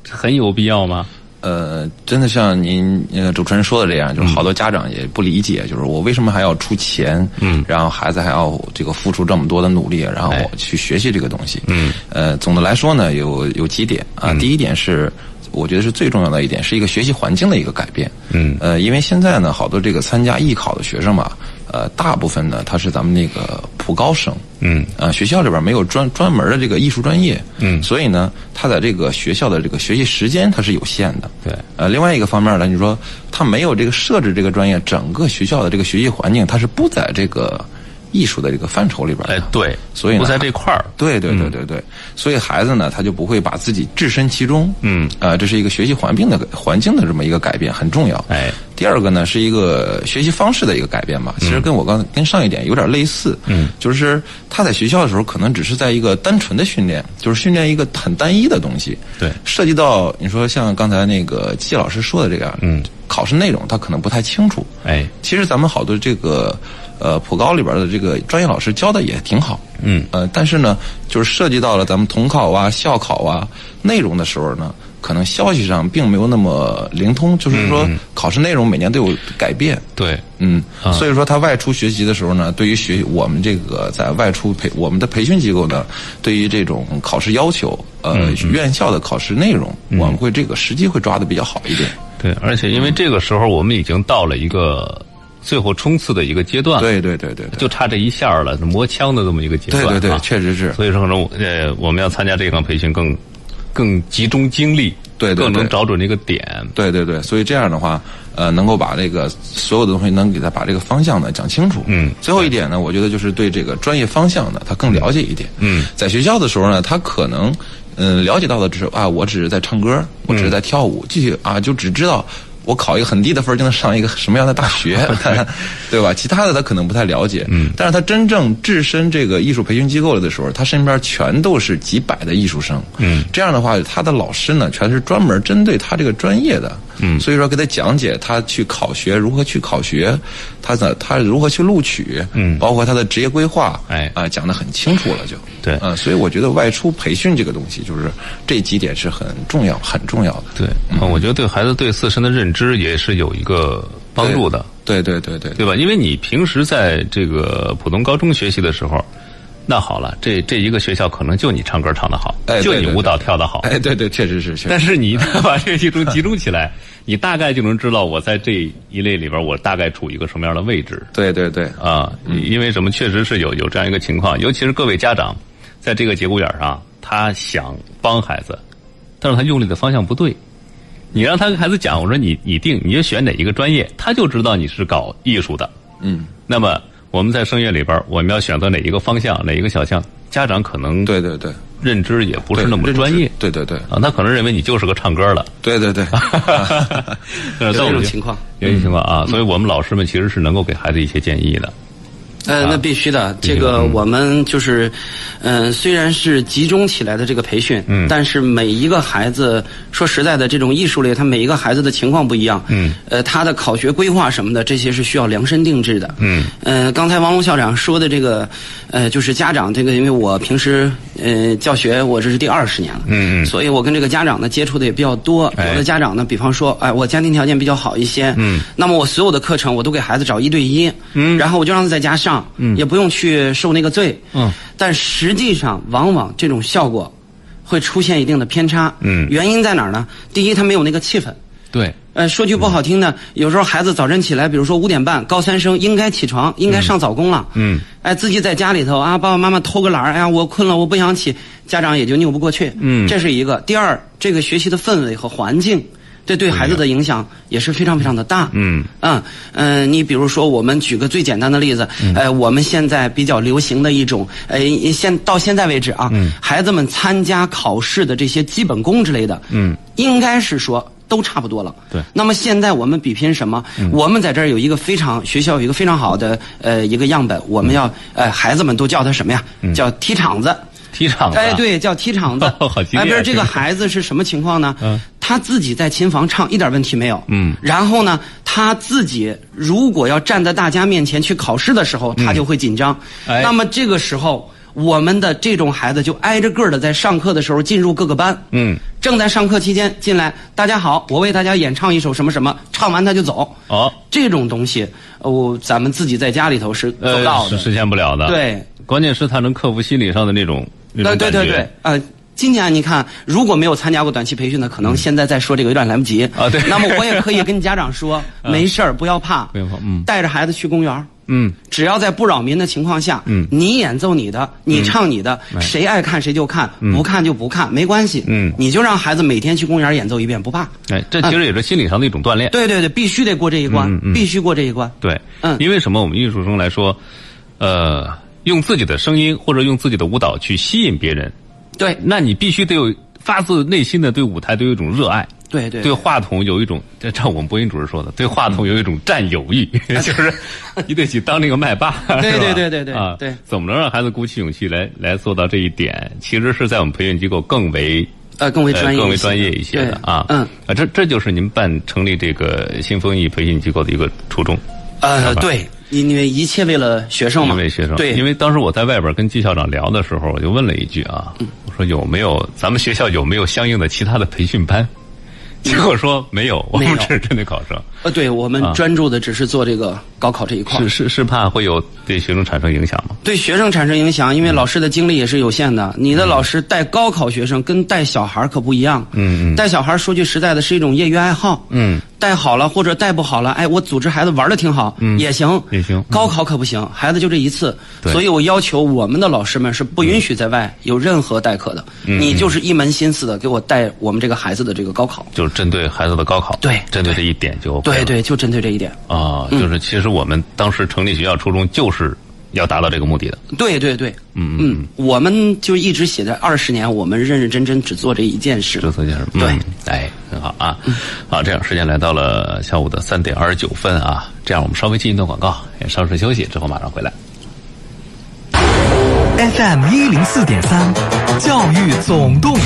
[SPEAKER 1] 很有必要吗？
[SPEAKER 3] 呃，真的像您呃主持人说的这样，就
[SPEAKER 1] 嗯
[SPEAKER 3] 是好多家长也不理解，就是我为什么还要出钱，嗯，然后孩子还要这个付出这么多的努力，然后
[SPEAKER 1] 哎
[SPEAKER 3] 我去学习这个东西，
[SPEAKER 1] 嗯，
[SPEAKER 3] 呃，总的来说呢，有有几点啊，第一点是。我觉得是最重要的一点，是一个学习环境的一个改变。
[SPEAKER 1] 嗯
[SPEAKER 3] 呃，因为现在呢，好多这个参加艺考的学生吧，呃，大部分呢他是咱们那个普高生。
[SPEAKER 1] 嗯
[SPEAKER 3] 啊，学校里边没有专专门的这个艺术专业，
[SPEAKER 1] 嗯
[SPEAKER 3] 所以呢，他在这个学校的这个学习时间它是有限的，
[SPEAKER 1] 对
[SPEAKER 3] 呃，另外一个方面呢，你说他没有这个设置这个专业，整个学校的这个学习环境，它是不在这个艺术的这个范畴里边的，
[SPEAKER 1] 哎，对，
[SPEAKER 3] 所以呢
[SPEAKER 1] 不在这块儿，
[SPEAKER 3] 对对对对对，所以孩子呢，他就不会把自己置身其中。
[SPEAKER 1] 嗯
[SPEAKER 3] 啊、这是一个学习环境的环境的这么一个改变，很重要。
[SPEAKER 1] 哎，嗯
[SPEAKER 3] 第二个呢是一个学习方式的一个改变吧，其实跟我刚跟上一点有点类似。嗯，就是他在学校的时候，可能只是在一个单纯的训练，就是训练一个很单一的东西。
[SPEAKER 1] 对
[SPEAKER 3] 涉及到你说像刚才那个季老师说的这个，
[SPEAKER 1] 嗯，
[SPEAKER 3] 考试内容他可能不太清楚。
[SPEAKER 1] 哎，
[SPEAKER 3] 其实咱们好多这个呃普高里边的这个专业老师教的也挺好，
[SPEAKER 1] 嗯
[SPEAKER 3] 呃，但是呢，就是涉及到了咱们统考啊、校考啊内容的时候呢，可能消息上并没有那么灵通，就是说考试内容每年都有改变。
[SPEAKER 1] 对，
[SPEAKER 3] 嗯
[SPEAKER 1] 嗯啊，
[SPEAKER 3] 所以说他外出学习的时候呢，对于学我们这个在外出培我们的培训机构呢，对于这种考试要求，呃，
[SPEAKER 1] 嗯
[SPEAKER 3] 院校的考试内容，我们会这个时机会抓的比较好一点。
[SPEAKER 1] 对，而且因为这个时候我们已经到了一个最后冲刺的一个阶段，，
[SPEAKER 3] 对对对对对，
[SPEAKER 1] 就差这一下儿了，磨枪的这么一个阶段
[SPEAKER 3] 对
[SPEAKER 1] 啊，
[SPEAKER 3] 对对，确实是。
[SPEAKER 1] 所以说可能我呃我们要参加这项培训更更集中精力，
[SPEAKER 3] 对对
[SPEAKER 1] 更能
[SPEAKER 3] 对
[SPEAKER 1] 找准这个点，
[SPEAKER 3] 对对对，所以这样的话，呃，能够把这个所有的东西能给他把这个方向呢讲清楚。
[SPEAKER 1] 嗯
[SPEAKER 3] 最后一点呢，我觉得就是对这个专业方向呢，他更了解一点。
[SPEAKER 1] 嗯，
[SPEAKER 3] 在学校的时候呢，他可能嗯了解到的只是啊，我只是在唱歌，我
[SPEAKER 1] 嗯
[SPEAKER 3] 只是在跳舞，继续啊就只知道。我考一个很低的分儿就能上一个什么样的大 学， 对吧？其他的他可能不太了解，嗯，但是他真正置身这个艺术培训机构里的时候，他身边全都是几百的艺术生，嗯，这样的话，他的老师呢全是专门针对他这个专业的，嗯，所以说给他讲解他去考学如何去考学，他怎他如何去录取，嗯，包括他的职业规划，
[SPEAKER 1] 哎
[SPEAKER 3] 啊、讲得很清楚了就，
[SPEAKER 1] 对
[SPEAKER 3] 嗯，所以我觉得外出培训这个东西，就是这几点是很重要、很重要的。
[SPEAKER 1] 对，啊我觉得对孩子对自身的认知也是有一个帮助的，
[SPEAKER 3] 对对对对对
[SPEAKER 1] 对吧？因为你平时在这个普通高中学习的时候，那好了，这这一个学校可能就你唱歌唱得好，
[SPEAKER 3] 哎
[SPEAKER 1] 就
[SPEAKER 3] 对
[SPEAKER 1] 你
[SPEAKER 3] 对
[SPEAKER 1] 舞
[SPEAKER 3] 对
[SPEAKER 1] 蹈跳得好，
[SPEAKER 3] 哎，对对，确实是，确实
[SPEAKER 1] 但是你一旦把这个集中集中起来， 你大概就能知道我在这一类里边，我大概处于一个什么样的位置
[SPEAKER 3] 对对对，
[SPEAKER 1] 啊？因为什么？确实是有有这样一个情况，尤其是各位家长，在这个节骨眼儿上，他想帮孩子，但是他用力的方向不对。你让他跟孩子讲，我说你你定你就选哪一个专业，他就知道你是搞艺术的。
[SPEAKER 3] 嗯，
[SPEAKER 1] 那么我们在声乐里边，我们要选择哪一个方向，哪一个小项，家长可能
[SPEAKER 3] 对对对，
[SPEAKER 1] 认知也不
[SPEAKER 3] 不
[SPEAKER 1] 是那么专业
[SPEAKER 3] 对对对，
[SPEAKER 1] 啊，他可能认为你就是个唱 歌的。
[SPEAKER 3] 对对对，
[SPEAKER 1] 有
[SPEAKER 2] 有这种情况。
[SPEAKER 1] 有这种情况啊，所以我们老师们其实是能够给孩子一些建议的。
[SPEAKER 2] 呃，那必须的。这个我们就是，嗯、虽然是集中起来的这个培训，嗯，但是每一个孩子，说实在的，这种艺术类，他每一个孩子的情况不一样，嗯，呃，他的考学规划什么的，这些是需要量身定制的，嗯，呃，刚才王龙校长说的这个，呃，就是家长这个，因为我平时呃教学，我这是第二十年了，嗯嗯，所以我跟这个家长呢接触的也比较多，
[SPEAKER 1] 哎
[SPEAKER 2] 有的家长呢，比方说，哎，我家庭条件比较好一些，嗯，那么我所有的课程我都给孩子找一对一，嗯，然后我就让他在家上，嗯，也不用去受那个罪，
[SPEAKER 1] 嗯，
[SPEAKER 2] 但实际上往往这种效果会出现一定的偏差，
[SPEAKER 1] 嗯
[SPEAKER 2] 原因在哪儿呢？第一，他没有那个气氛。
[SPEAKER 1] 对，
[SPEAKER 2] 呃，说句不好听的，有时候孩子早晨起来，比如说五点半，高三生应该起床，应该上早功了。
[SPEAKER 1] 嗯嗯
[SPEAKER 2] 哎，自己在家里头啊，爸爸妈妈偷个懒儿，哎呀，我困了，我不想起，家长也就拗不过去。
[SPEAKER 1] 嗯
[SPEAKER 2] 这是一个。第二，这个学习的氛围和环境，这对孩子的影响也是非常非常的大。
[SPEAKER 1] 嗯
[SPEAKER 2] 嗯嗯、你比如说，我们举个最简单的例子，
[SPEAKER 1] 嗯
[SPEAKER 2] 哎、我们现在比较流行的一种，哎，现到现在为止啊，
[SPEAKER 1] 嗯
[SPEAKER 2] 孩子们参加考试的这些基本功之类的，嗯，应该是说都差不多了。
[SPEAKER 1] 对嗯
[SPEAKER 2] 那么现在我们比拼什么？我们在这儿有一个非常学校有一个非常好的呃一个样本，我们要、
[SPEAKER 1] 嗯
[SPEAKER 2] 呃孩子们都叫它什么呀？叫踢场子。
[SPEAKER 1] 踢场子，。
[SPEAKER 2] 哎，，对，叫踢场子
[SPEAKER 1] 啊 好激烈啊
[SPEAKER 2] 哎，不是这
[SPEAKER 1] 这个
[SPEAKER 2] 个孩子是什么情况呢？
[SPEAKER 1] 嗯
[SPEAKER 2] 他自己在琴房唱一点问题没有。
[SPEAKER 1] 嗯
[SPEAKER 2] 然后呢，他自己如果要站在大家面前去考试的时候，他就会紧张。
[SPEAKER 1] 嗯哎
[SPEAKER 2] 那么这个时候。我们的这种孩子就挨着个儿的在上课的时候进入各个班，
[SPEAKER 1] 嗯，
[SPEAKER 2] 正在上课期间进来，大家好，我为大家演唱一首什么什么，唱完他就走。
[SPEAKER 1] 哦，
[SPEAKER 2] 这种东西，呃我、咱们自己在家里头是做不
[SPEAKER 1] 呃
[SPEAKER 2] 到，
[SPEAKER 1] 是
[SPEAKER 2] 的，
[SPEAKER 1] 实现不了的。
[SPEAKER 2] 对，
[SPEAKER 1] 关键是他能克服心理上的那种那种
[SPEAKER 2] 对对
[SPEAKER 1] 感
[SPEAKER 2] 对
[SPEAKER 1] 觉
[SPEAKER 2] 对，，呃，今年你看，如果没有参加过短期培训的，可能现在再说这个有点来不及
[SPEAKER 1] 啊对嗯
[SPEAKER 2] 那么我也可以跟家 长说，没事儿，不要怕，
[SPEAKER 1] 不要怕嗯
[SPEAKER 2] 带着孩子去公园儿。
[SPEAKER 1] 嗯，
[SPEAKER 2] 只要在不扰民的情况下，
[SPEAKER 1] 嗯
[SPEAKER 2] 你演奏你的，你唱你的，谁爱看谁就看，不看就不看，没关系，
[SPEAKER 1] 嗯
[SPEAKER 2] 你就让孩子每天去公园演奏一遍，不怕。
[SPEAKER 1] 哎，这其实也是心理上的一种锻炼。
[SPEAKER 2] 对对对，必须得过这一关，
[SPEAKER 1] 嗯嗯
[SPEAKER 2] 必须过这一关。
[SPEAKER 1] 对，
[SPEAKER 2] 嗯
[SPEAKER 1] 因为什么？我们艺术中来说，呃，用自己的声音或者用自己的舞蹈去吸引别人，
[SPEAKER 2] 对
[SPEAKER 1] 那你必须得有发自内心的对舞台都有一种热爱。
[SPEAKER 2] 对对
[SPEAKER 1] 对话筒有一种，这照我们播音主任说的，对话筒有一种占有 欲，就是你得去当那个麦霸，
[SPEAKER 2] 对
[SPEAKER 1] 是吧
[SPEAKER 2] 对对对对
[SPEAKER 1] 啊，
[SPEAKER 2] 对
[SPEAKER 1] 怎么能让孩子鼓起勇气来来做到这一点？其实是在我们培训机构更为
[SPEAKER 2] 呃，更为专业一些的，
[SPEAKER 1] 更为专业一些的
[SPEAKER 2] 对
[SPEAKER 1] 啊，
[SPEAKER 2] 嗯。
[SPEAKER 1] 啊，这这就是您办成立这个新丰艺培训机构的一个初衷。
[SPEAKER 2] 呃
[SPEAKER 1] 想，法
[SPEAKER 2] 对，因因为一切为了学生嘛，
[SPEAKER 1] 因为学生，
[SPEAKER 2] 对，
[SPEAKER 1] 因为当时我在外边跟季校长聊的时候，我就问了一句啊，
[SPEAKER 2] 嗯
[SPEAKER 1] 我说有没有咱们学校有没有相应的其他的培训班？结果说没有，我
[SPEAKER 2] 嗯没有
[SPEAKER 1] 们只是针对考生，
[SPEAKER 2] 呃，对我们
[SPEAKER 1] 啊
[SPEAKER 2] 专注的只是做这个高考这一块儿
[SPEAKER 1] 是是哦是怕会有对学生产生影响吗？
[SPEAKER 2] 对学生产生影响，
[SPEAKER 1] 嗯
[SPEAKER 2] 因为老师的精力也是有限的。你的老师带高考学生跟带小孩儿可不一样。
[SPEAKER 1] 嗯嗯
[SPEAKER 2] 带小孩儿说句实在的，是一种业余爱好。
[SPEAKER 1] 嗯，
[SPEAKER 2] 带好了或者带不好了，哎，我组织孩子玩的挺好，
[SPEAKER 1] 嗯
[SPEAKER 2] 也行，
[SPEAKER 1] 也行嗯
[SPEAKER 2] 高考可不行，孩子就这一次，
[SPEAKER 1] 对嗯
[SPEAKER 2] 所以我要求我们的老师们是不允许在外有任何代课的。你就是一门心思的给我带我们这个孩子的这个高考。
[SPEAKER 1] 就是针对孩子的高考，
[SPEAKER 2] 对
[SPEAKER 1] 针对这啊一点就 OK
[SPEAKER 2] 对嗯
[SPEAKER 1] 了
[SPEAKER 2] 对，就针对这一点。
[SPEAKER 1] 啊，就是其实我们当时成立学校初衷就是要达到这个目的的，
[SPEAKER 2] 对对对，
[SPEAKER 1] 嗯嗯
[SPEAKER 2] 嗯，我们就一直写在二十年，我们认认真真只做这一件事。
[SPEAKER 1] 这次就是嗯
[SPEAKER 2] 对，
[SPEAKER 1] 哎，很好啊，好，这样时间来到了下午的三点二十九分啊，这样我们稍微进一段广告，也稍事休息之后马上回来。
[SPEAKER 5] FM 一零四点三，教育总动员，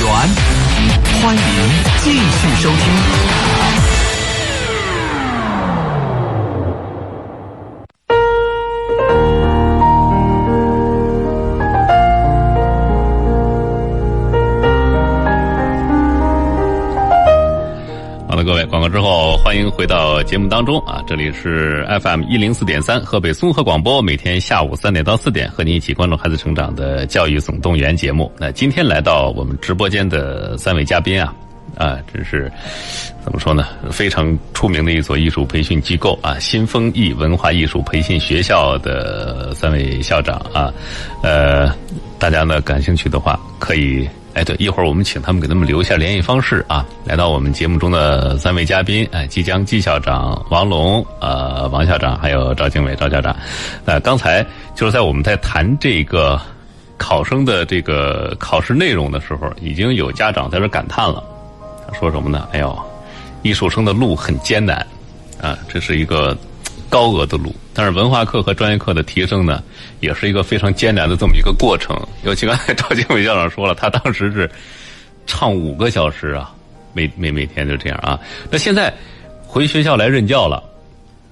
[SPEAKER 5] 欢迎继续收听。
[SPEAKER 1] 好的，各位，广告之后欢迎回到节目当中啊！这里是 FM 一零四点三河北综合广播，每天下午三点到四点和您一起关注孩子成长的教育总动员节目。那今天来到我们直播间的三位嘉宾啊。啊，真是怎么说呢？非常出名的一所艺术培训机构啊，新丰艺文化艺术培训学校的三位校长啊，呃，大家呢感兴趣的话可以哎，对，一会儿我们请他们给他们留一下联系方式啊。来到我们节目中的三位嘉宾，哎，即将季校长王龙，呃，王校长，还有赵经纬赵校长。呃，刚才就是在我们在谈这个考生的这个考试内容的时候，已经有家长在这感叹了，他说什么呢？哎呦，艺术生的路很艰难啊，这是一个。高额的路，但是文化课和专业课的提升呢，也是一个非常艰难的这么一个过程。尤其刚才赵经纬校长说了，他当时是唱五个小时啊，每每每天就这样啊。那现在回学校来任教了，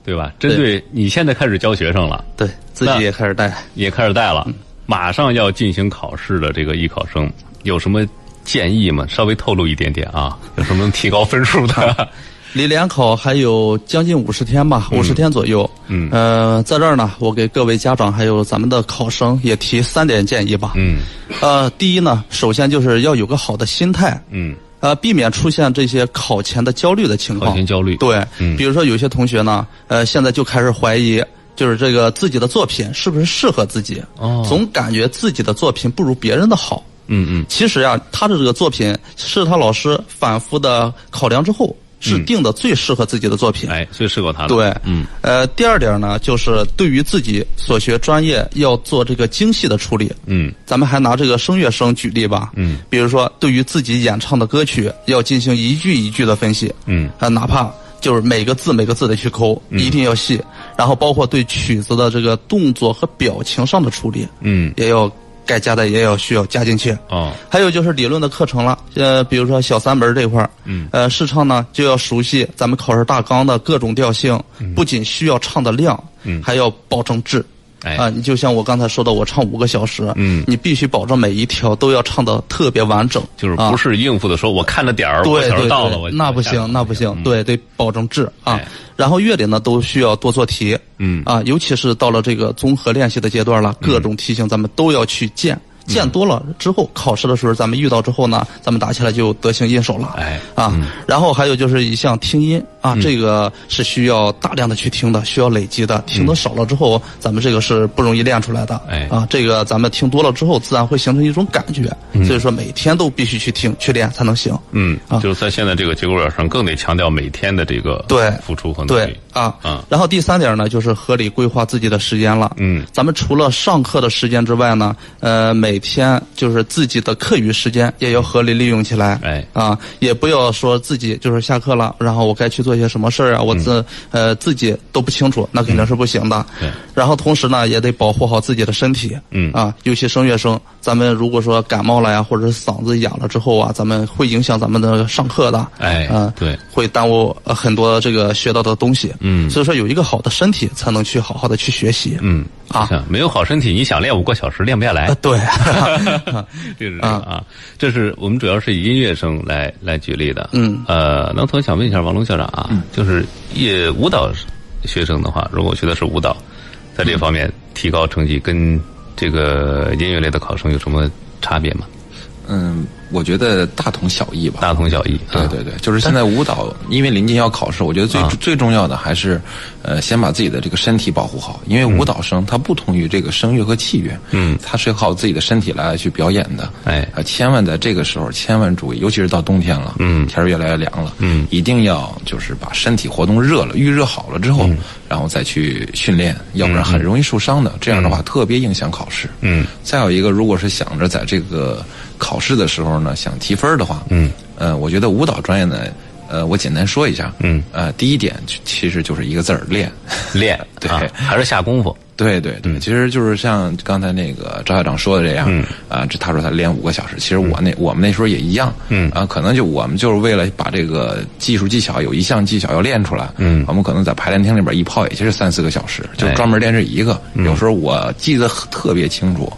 [SPEAKER 1] 对吧？针对你现在开始教学生了，
[SPEAKER 4] 对自己也开始带。
[SPEAKER 1] 也开始带了，马上要进行考试的这个艺考生，有什么建议吗？稍微透露一点点啊，有什么能提高分数的？
[SPEAKER 4] 离联考还有将近五十天吧，五十天左右。
[SPEAKER 1] 嗯
[SPEAKER 4] 呃，在这儿呢，我给各位家长还有咱们的考生也提三点建议吧。
[SPEAKER 1] 嗯
[SPEAKER 4] 呃，第一呢，首先就是要有个好的心态。
[SPEAKER 1] 嗯
[SPEAKER 4] 呃，避免出现这些考前的焦虑的情况。
[SPEAKER 1] 考前焦虑
[SPEAKER 4] 对，
[SPEAKER 1] 嗯
[SPEAKER 4] 比如说有些同学呢，呃，现在就开始怀疑，就是这个自己的作品是不是适合自己，
[SPEAKER 1] 哦
[SPEAKER 4] 总感觉自己的作品不如别人的好。
[SPEAKER 1] 嗯嗯，
[SPEAKER 4] 其实呀，他的这个作品是他老师反复的考量之后，是定的最适合自己的作品。
[SPEAKER 1] 嗯哎，最适合他的。
[SPEAKER 4] 对，
[SPEAKER 1] 嗯，
[SPEAKER 4] 呃，第二点呢，就是对于自己所学专业要做这个精细的处理。
[SPEAKER 1] 嗯
[SPEAKER 4] 咱们还拿这个声乐生举例吧，
[SPEAKER 1] 嗯，
[SPEAKER 4] 比如说对于自己演唱的歌曲，要进行一句一句的分析，
[SPEAKER 1] 嗯
[SPEAKER 4] 啊，哪怕就是每个字每个字的去抠，一定要细，然后包括对曲子的这个动作和表情上的处理，
[SPEAKER 1] 嗯
[SPEAKER 4] 也要该加的也要需要加进去，
[SPEAKER 1] 哦
[SPEAKER 4] 还有就是理论的课程了，呃，比如说小三门这块儿，
[SPEAKER 1] 嗯
[SPEAKER 4] 呃，试唱呢就要熟悉咱们考试大纲的各种调性，不仅需要唱的量，
[SPEAKER 1] 嗯
[SPEAKER 4] 还要保证质。
[SPEAKER 1] 哎
[SPEAKER 4] 啊，你就像我刚才说的，我唱五个小时，
[SPEAKER 1] 嗯
[SPEAKER 4] 你必须保证每一条都要唱的特别完整，
[SPEAKER 1] 就是
[SPEAKER 4] 啊
[SPEAKER 1] 不是应付的说，我看着点儿，我
[SPEAKER 4] 对
[SPEAKER 1] 小时
[SPEAKER 4] 对
[SPEAKER 1] 到了，
[SPEAKER 4] 对
[SPEAKER 1] 我，
[SPEAKER 4] 那不
[SPEAKER 1] 下
[SPEAKER 4] 行，
[SPEAKER 1] 课
[SPEAKER 4] 那不行，对，得保证质啊
[SPEAKER 1] 哎。
[SPEAKER 4] 然后乐理呢，都需要多做题，
[SPEAKER 1] 嗯
[SPEAKER 4] 啊，尤其是到了这个综合练习的阶段了，各种题型咱们都要去见，
[SPEAKER 1] 嗯
[SPEAKER 4] 见多了之后，考试的时候咱们遇到之后呢，咱们打起来就得心应手了。
[SPEAKER 1] 哎
[SPEAKER 4] 啊，然后还有就是一项听音啊，这个是需要大量的去听的，需要累积的。听的少了之后，咱们这个是不容易练出来的。
[SPEAKER 1] 哎
[SPEAKER 4] 啊，这个咱们听多了之后，自然会形成一种感觉。所以说每天都必须去听去练才能行。
[SPEAKER 1] 嗯，
[SPEAKER 4] 啊
[SPEAKER 1] 就是在现在这个节骨眼上，更得强调每天的这个
[SPEAKER 4] 对
[SPEAKER 1] 付出和努
[SPEAKER 4] 对
[SPEAKER 1] 力。
[SPEAKER 4] 啊，
[SPEAKER 1] 嗯
[SPEAKER 4] 然后第三点呢，就是合理规划自己的时间了。
[SPEAKER 1] 嗯
[SPEAKER 4] 咱们除了上课的时间之外呢，呃，每天就是自己的课余时间也要合理利用起来。
[SPEAKER 1] 哎
[SPEAKER 4] 啊，也不要说自己就是下课了，然后我该去做些什么事儿啊，我自、呃自己都不清楚，那肯定是不行的。
[SPEAKER 1] 嗯对
[SPEAKER 4] 然后同时呢，也得保护好自己的身体。
[SPEAKER 1] 嗯
[SPEAKER 4] 啊，尤其声乐生，咱们如果说感冒了呀，或者是嗓子哑了之后啊，咱们会影响咱们的上课的。
[SPEAKER 1] 哎
[SPEAKER 4] 啊，
[SPEAKER 1] 对
[SPEAKER 4] 会耽误呃很多这个学到的东西。
[SPEAKER 1] 嗯
[SPEAKER 4] 所以说有一个好的身体，才能去好好的去学习。
[SPEAKER 1] 嗯
[SPEAKER 4] 啊，
[SPEAKER 1] 像没有好身体，你想练五个小时练不下来
[SPEAKER 4] 呃，。 对，
[SPEAKER 1] 就是这个啊，这是我们主要是以音乐生来来举例的。
[SPEAKER 4] 嗯，
[SPEAKER 1] 呃，那我想问一下王龙校长啊，
[SPEAKER 3] 嗯
[SPEAKER 1] 就是也舞蹈学生的话，如果学的是舞蹈，在
[SPEAKER 3] 嗯
[SPEAKER 1] 这方面提高成绩跟这个音乐类的考生有什么差别吗？
[SPEAKER 3] 嗯，我觉得大同小异吧。
[SPEAKER 1] 大同小异。
[SPEAKER 3] 对
[SPEAKER 1] 啊
[SPEAKER 3] 对对，就是现在舞蹈，因为临近要考试，我觉得最、最重要的还是，呃，先把自己的这个身体保护好，因为舞蹈生他不同于这个声乐和器乐，
[SPEAKER 1] 嗯
[SPEAKER 3] 他是靠自己的身体来去表演的，
[SPEAKER 1] 哎
[SPEAKER 3] 啊，千万在这个时候千万注意，尤其是到冬天了，
[SPEAKER 1] 嗯
[SPEAKER 3] 天儿越来越凉了，
[SPEAKER 1] 嗯
[SPEAKER 3] 一定要就是把身体活动热了，预热好了之后，
[SPEAKER 1] 嗯
[SPEAKER 3] 然后再去训练，要不然很容易受伤的，这样的话特别影响考试，
[SPEAKER 1] 嗯
[SPEAKER 3] 再有一个，如果是想着在这个考试的时候呢，想提分儿的话，
[SPEAKER 1] 嗯，
[SPEAKER 3] 呃，我觉得舞蹈专业呢，呃，我简单说一下，
[SPEAKER 1] 嗯
[SPEAKER 3] 呃，第一点其其实就是一个字儿练，
[SPEAKER 1] 练
[SPEAKER 3] 对
[SPEAKER 1] 啊还是下功夫。
[SPEAKER 3] 对对
[SPEAKER 1] 嗯
[SPEAKER 3] 对，其实就是像刚才那个赵校长说的这样，啊、这他说他练五个小时，其实我那、我们那时候也一样，
[SPEAKER 1] 嗯
[SPEAKER 3] 啊，可能就我们就是为了把这个技术技巧有一项技巧要练出来，
[SPEAKER 1] 嗯
[SPEAKER 3] 我们可能在排练厅里边一泡也就是三四个小时，就
[SPEAKER 1] 哎嗯
[SPEAKER 3] 专门练这一个。有时候我记得特别清楚，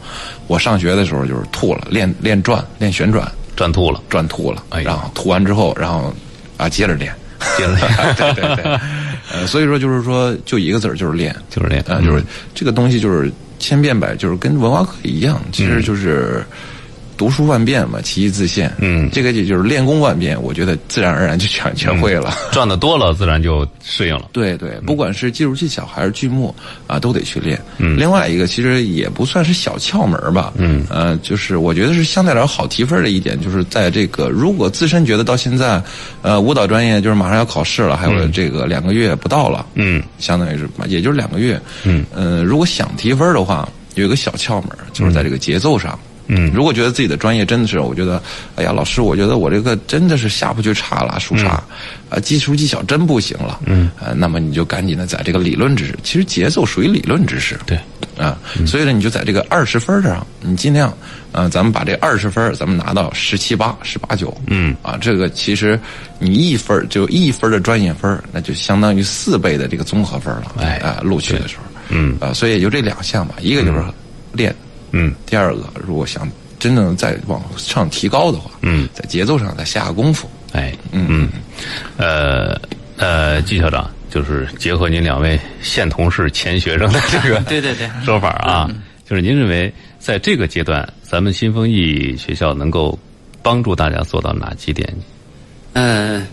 [SPEAKER 3] 我上学的时候就是吐了，练练转，练旋转，
[SPEAKER 1] 转吐了，
[SPEAKER 3] 转吐了，
[SPEAKER 1] 哎呀
[SPEAKER 3] 然后吐完之后，然后啊接着练。
[SPEAKER 1] 接着练
[SPEAKER 3] 对 对对，呃，所以说就是说，就一个字儿，就是练，
[SPEAKER 1] 就是练
[SPEAKER 3] 啊、就是这个东西就是千变百，就是跟文化课一样，其实就是读书万变嘛，其义自现。
[SPEAKER 1] 嗯
[SPEAKER 3] 这个也就是练功万变，我觉得自然而然就全全会了。
[SPEAKER 1] 转的多了，自然就适应了。
[SPEAKER 3] 对对，不管是技术技巧还是剧目啊，都得去练。嗯，另外一个其实也不算是小窍门儿吧。嗯，呃，就是我觉得是相对来说好提分儿的一点，就是在这个如果自身觉得到现在，呃，舞蹈专业就是马上要考试了，还有这个两个月不到了，
[SPEAKER 1] 嗯，
[SPEAKER 3] 相当于是也就是两个月。嗯，呃，如果想提分儿的话，有一个小窍门儿，就是在这个节奏上。
[SPEAKER 1] 嗯
[SPEAKER 3] 如果觉得自己的专业真的是，我觉得，哎呀，老师，我觉得我这个真的是下不去叉了，数叉，
[SPEAKER 1] 嗯
[SPEAKER 3] 啊，技术技巧真不行了，嗯，呃，那么你就赶紧的在这个理论知识，其实节奏属于理论知识，
[SPEAKER 1] 对，嗯
[SPEAKER 3] 啊，所以呢，你就在这个二十分儿上，你尽量，呃，咱们把这二十分儿咱们拿到十七八、十八九，
[SPEAKER 1] 嗯，
[SPEAKER 3] 啊，这个其实你一分儿就一分儿的专业分儿，那就相当于四倍的这个综合分儿了，
[SPEAKER 1] 哎
[SPEAKER 3] 啊，录取的时候，
[SPEAKER 1] 嗯
[SPEAKER 3] 啊，所以也就这两项吧，一个就是练，
[SPEAKER 1] 嗯
[SPEAKER 3] 第二个，如果想真正再往上提高的话，
[SPEAKER 1] 嗯
[SPEAKER 3] 在节奏上再下功夫。
[SPEAKER 1] 哎，嗯，
[SPEAKER 3] 嗯
[SPEAKER 1] 呃呃，季校长，就是结合您两位现同事、前学生的这个
[SPEAKER 2] 对对对
[SPEAKER 1] 说法啊，就是您认为在这个阶段，咱们新丰艺学校能够帮助大家做到哪几点？
[SPEAKER 2] 呃，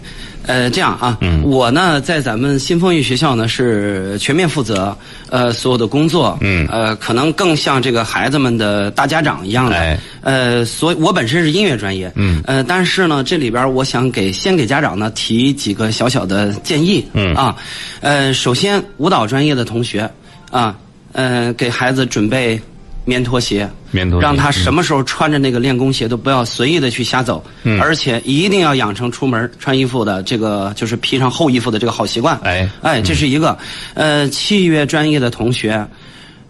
[SPEAKER 2] 呃，这样啊，
[SPEAKER 1] 嗯
[SPEAKER 2] 我呢在咱们新丰艺学校呢是全面负责呃所有的工作，
[SPEAKER 1] 嗯
[SPEAKER 2] 呃，可能更像这个孩子们的大家长一样的，
[SPEAKER 1] 哎
[SPEAKER 2] 呃，所以我本身是音乐专业，
[SPEAKER 1] 嗯
[SPEAKER 2] 呃，但是呢这里边我想给先给家长呢提几个小小的建议，
[SPEAKER 1] 嗯
[SPEAKER 2] 啊，呃，首先舞蹈专业的同学啊，呃，给孩子准备棉拖鞋，
[SPEAKER 1] 棉拖鞋
[SPEAKER 2] 让他什么时候穿着那个练功鞋都不要随意的去瞎走，
[SPEAKER 1] 嗯
[SPEAKER 2] 而且一定要养成出门穿衣服的这个就是披上厚衣服的这个好习惯。
[SPEAKER 1] 哎
[SPEAKER 2] 哎，这是一个，呃，器乐专业的同学。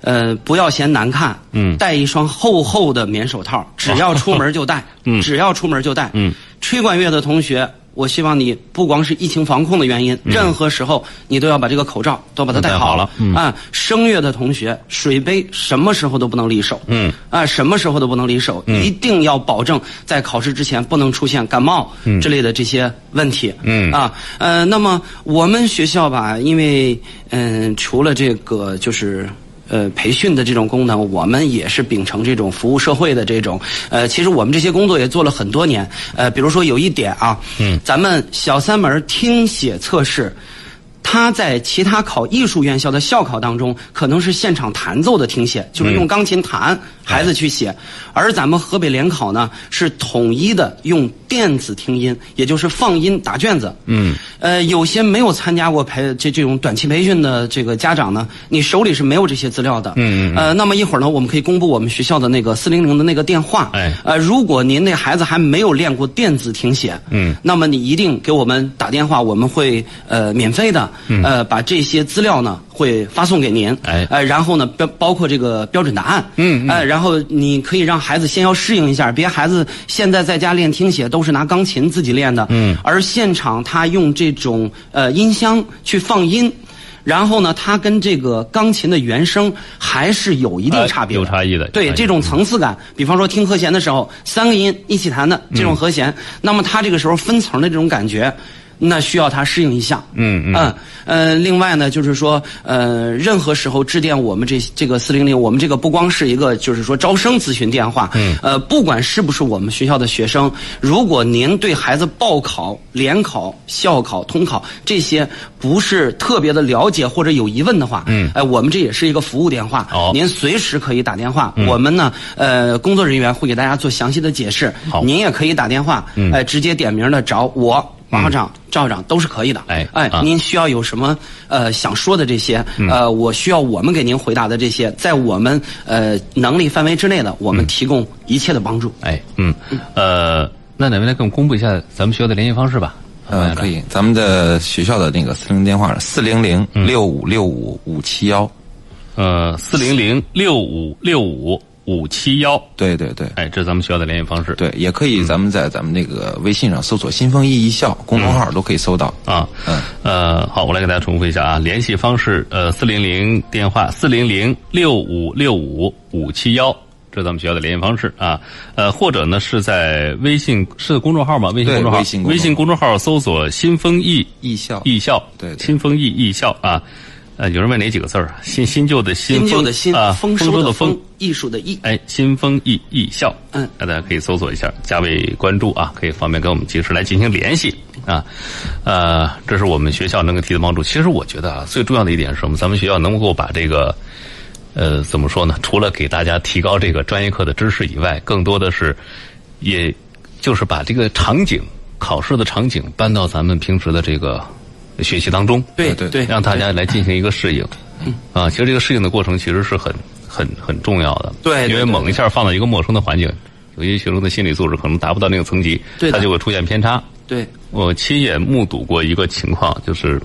[SPEAKER 2] 呃，不要嫌难看，
[SPEAKER 1] 嗯哦
[SPEAKER 2] 带一双厚厚的棉手套，只要出门就带，
[SPEAKER 1] 嗯
[SPEAKER 2] 只要出门就带，
[SPEAKER 1] 嗯
[SPEAKER 2] 吹管乐的同学，我希望你不光是疫情防控的原因，
[SPEAKER 1] 嗯
[SPEAKER 2] 任何时候你都要把这个口罩都把它
[SPEAKER 1] 都戴
[SPEAKER 2] 戴
[SPEAKER 1] 好
[SPEAKER 2] 好
[SPEAKER 1] 了嗯
[SPEAKER 2] 啊，声乐的同学，水杯什么时候都不能离手。
[SPEAKER 1] 嗯，
[SPEAKER 2] 啊，什么时候都不能离手，一定要保证在考试之前不能出现感冒之类的这些问题。
[SPEAKER 1] 嗯
[SPEAKER 2] 啊，呃，那么我们学校吧，因为嗯、除了这个就是呃培训的这种功能，我们也是秉承这种服务社会的这种呃，其实我们这些工作也做了很多年。呃，比如说有一点啊，嗯，咱们小三门听写测试。它在其他考艺术院校的校考当中，可能是现场弹奏的听写，就是用钢琴弹，孩子去写；而咱们河北联考呢，是统一的用电子听音，也就是放音答卷子。嗯，呃，有些没有参加过培这这种短期培训的这个家长呢，你手里是没有这些资料的。嗯嗯。呃，那么一会儿呢，我们可以公布我们学校的那个四零零的那个电话。
[SPEAKER 1] 哎
[SPEAKER 2] 呃，如果您那孩子还没有练过电子听写，
[SPEAKER 1] 嗯
[SPEAKER 2] 那么你一定给我们打电话，我们会呃免费的，呃把这些资料呢会发送给您，
[SPEAKER 1] 嗯哎
[SPEAKER 2] 呃然后呢标包括这个标准答案，
[SPEAKER 1] 嗯嗯
[SPEAKER 2] 呃然后你可以让孩子先要适应一下，别孩子现在在家练听写都是拿钢琴自己练的，
[SPEAKER 1] 嗯
[SPEAKER 2] 而现场他用这种呃音箱去放音。然后呢，它跟这个钢琴的原声还是有一定
[SPEAKER 1] 哎
[SPEAKER 2] 差别的、
[SPEAKER 1] 有差异的
[SPEAKER 2] 对
[SPEAKER 1] 哎
[SPEAKER 2] 这种层次感，比方说听和弦的时候，三个音一起弹的
[SPEAKER 1] 嗯
[SPEAKER 2] 这种和弦，那么它这个时候分层的这种感觉。那需要他适应一下，
[SPEAKER 1] 嗯嗯
[SPEAKER 2] 呃，另外呢，就是说，呃，任何时候致电我们这这个四零零，我们这个不光是一个就是说招生咨询电话，嗯，呃，不管是不是我们学校的学生，如果您对孩子报考、联考、校考、统考这些不是特别的了解或者有疑问的话，嗯，哎、我们这也是一个服务电话，
[SPEAKER 1] 哦
[SPEAKER 2] 您。您随时可以打电话，
[SPEAKER 1] 嗯
[SPEAKER 2] 我们呢，呃，工作人员会给大家做详细的解释。
[SPEAKER 1] 好嗯
[SPEAKER 2] 您也可以打电话，呃，直接点名的找我。王校长、赵校长都是可以的。
[SPEAKER 1] 哎
[SPEAKER 2] 哎
[SPEAKER 1] 啊，嗯
[SPEAKER 2] 您需要有什么呃想说的这些，呃，我需要我们给您回答的这些，在我们呃能力范围之内的，我
[SPEAKER 1] 嗯
[SPEAKER 2] 们提供一切的帮助。
[SPEAKER 1] 哎，嗯，呃，那哪位来给我们公布一下咱们学校的联系方式吧？
[SPEAKER 3] 嗯，可以。咱们的学校的那个四零电话是四零零
[SPEAKER 1] 嗯
[SPEAKER 3] 六五六五五七幺，
[SPEAKER 1] 呃，四零零六五六五五七幺，
[SPEAKER 3] 对对对。
[SPEAKER 1] 哎，这是咱们学校的联系方式。
[SPEAKER 3] 对，也可
[SPEAKER 1] 嗯
[SPEAKER 3] 以，咱们在咱们那个微信上搜索“新丰艺艺校”公众号都可以搜到。
[SPEAKER 1] 啊，
[SPEAKER 3] 嗯，
[SPEAKER 1] 呃，好，我来给大家重复一下啊，联系方式，呃，四零零电话四零零六五六五五七幺。这是咱们学校的联系方式啊，呃，或者呢是在微信是公众号吗？微信
[SPEAKER 3] 对
[SPEAKER 1] 公众号，
[SPEAKER 3] 微信公众
[SPEAKER 1] 公众
[SPEAKER 3] 号
[SPEAKER 1] 号搜索“新丰艺
[SPEAKER 3] 艺校
[SPEAKER 1] 艺校”，
[SPEAKER 3] 对对
[SPEAKER 1] 新丰艺艺校啊。呃，有人问哪几个字儿啊？新新旧的新，
[SPEAKER 2] 新旧
[SPEAKER 1] 丰
[SPEAKER 2] 的新
[SPEAKER 1] 啊，，
[SPEAKER 2] 丰
[SPEAKER 1] 收
[SPEAKER 2] 收
[SPEAKER 1] 的
[SPEAKER 2] 的
[SPEAKER 1] 丰
[SPEAKER 2] 丰，，艺术的艺。
[SPEAKER 1] 哎，新丰艺艺校，
[SPEAKER 2] 嗯
[SPEAKER 1] 那大家可以搜索一下，加为关注啊，可以方便跟我们及时来进行联系啊。呃，这是我们学校能够提的帮助。其实我觉得啊，最重要的一点是什么？咱们学校能够把这个，呃，怎么说呢？除了给大家提高这个专业课的知识以外，更多的是，也就是把这个场景，考试的场景搬到咱们平时的这个学习当中。
[SPEAKER 2] 对
[SPEAKER 3] 对
[SPEAKER 2] 对，嗯
[SPEAKER 1] 让大家来进行一个适应。啊，其实这个适应的过程其实是很很很重要的。
[SPEAKER 2] 对对
[SPEAKER 1] 因为
[SPEAKER 2] 对
[SPEAKER 1] 猛一下放到一个陌生的环境，有些学生的心理素质可能达不到那个层级，
[SPEAKER 2] 对
[SPEAKER 1] 他
[SPEAKER 2] 的
[SPEAKER 1] 就会出现偏差。
[SPEAKER 2] 对
[SPEAKER 1] 我亲眼目睹过一个情况，就是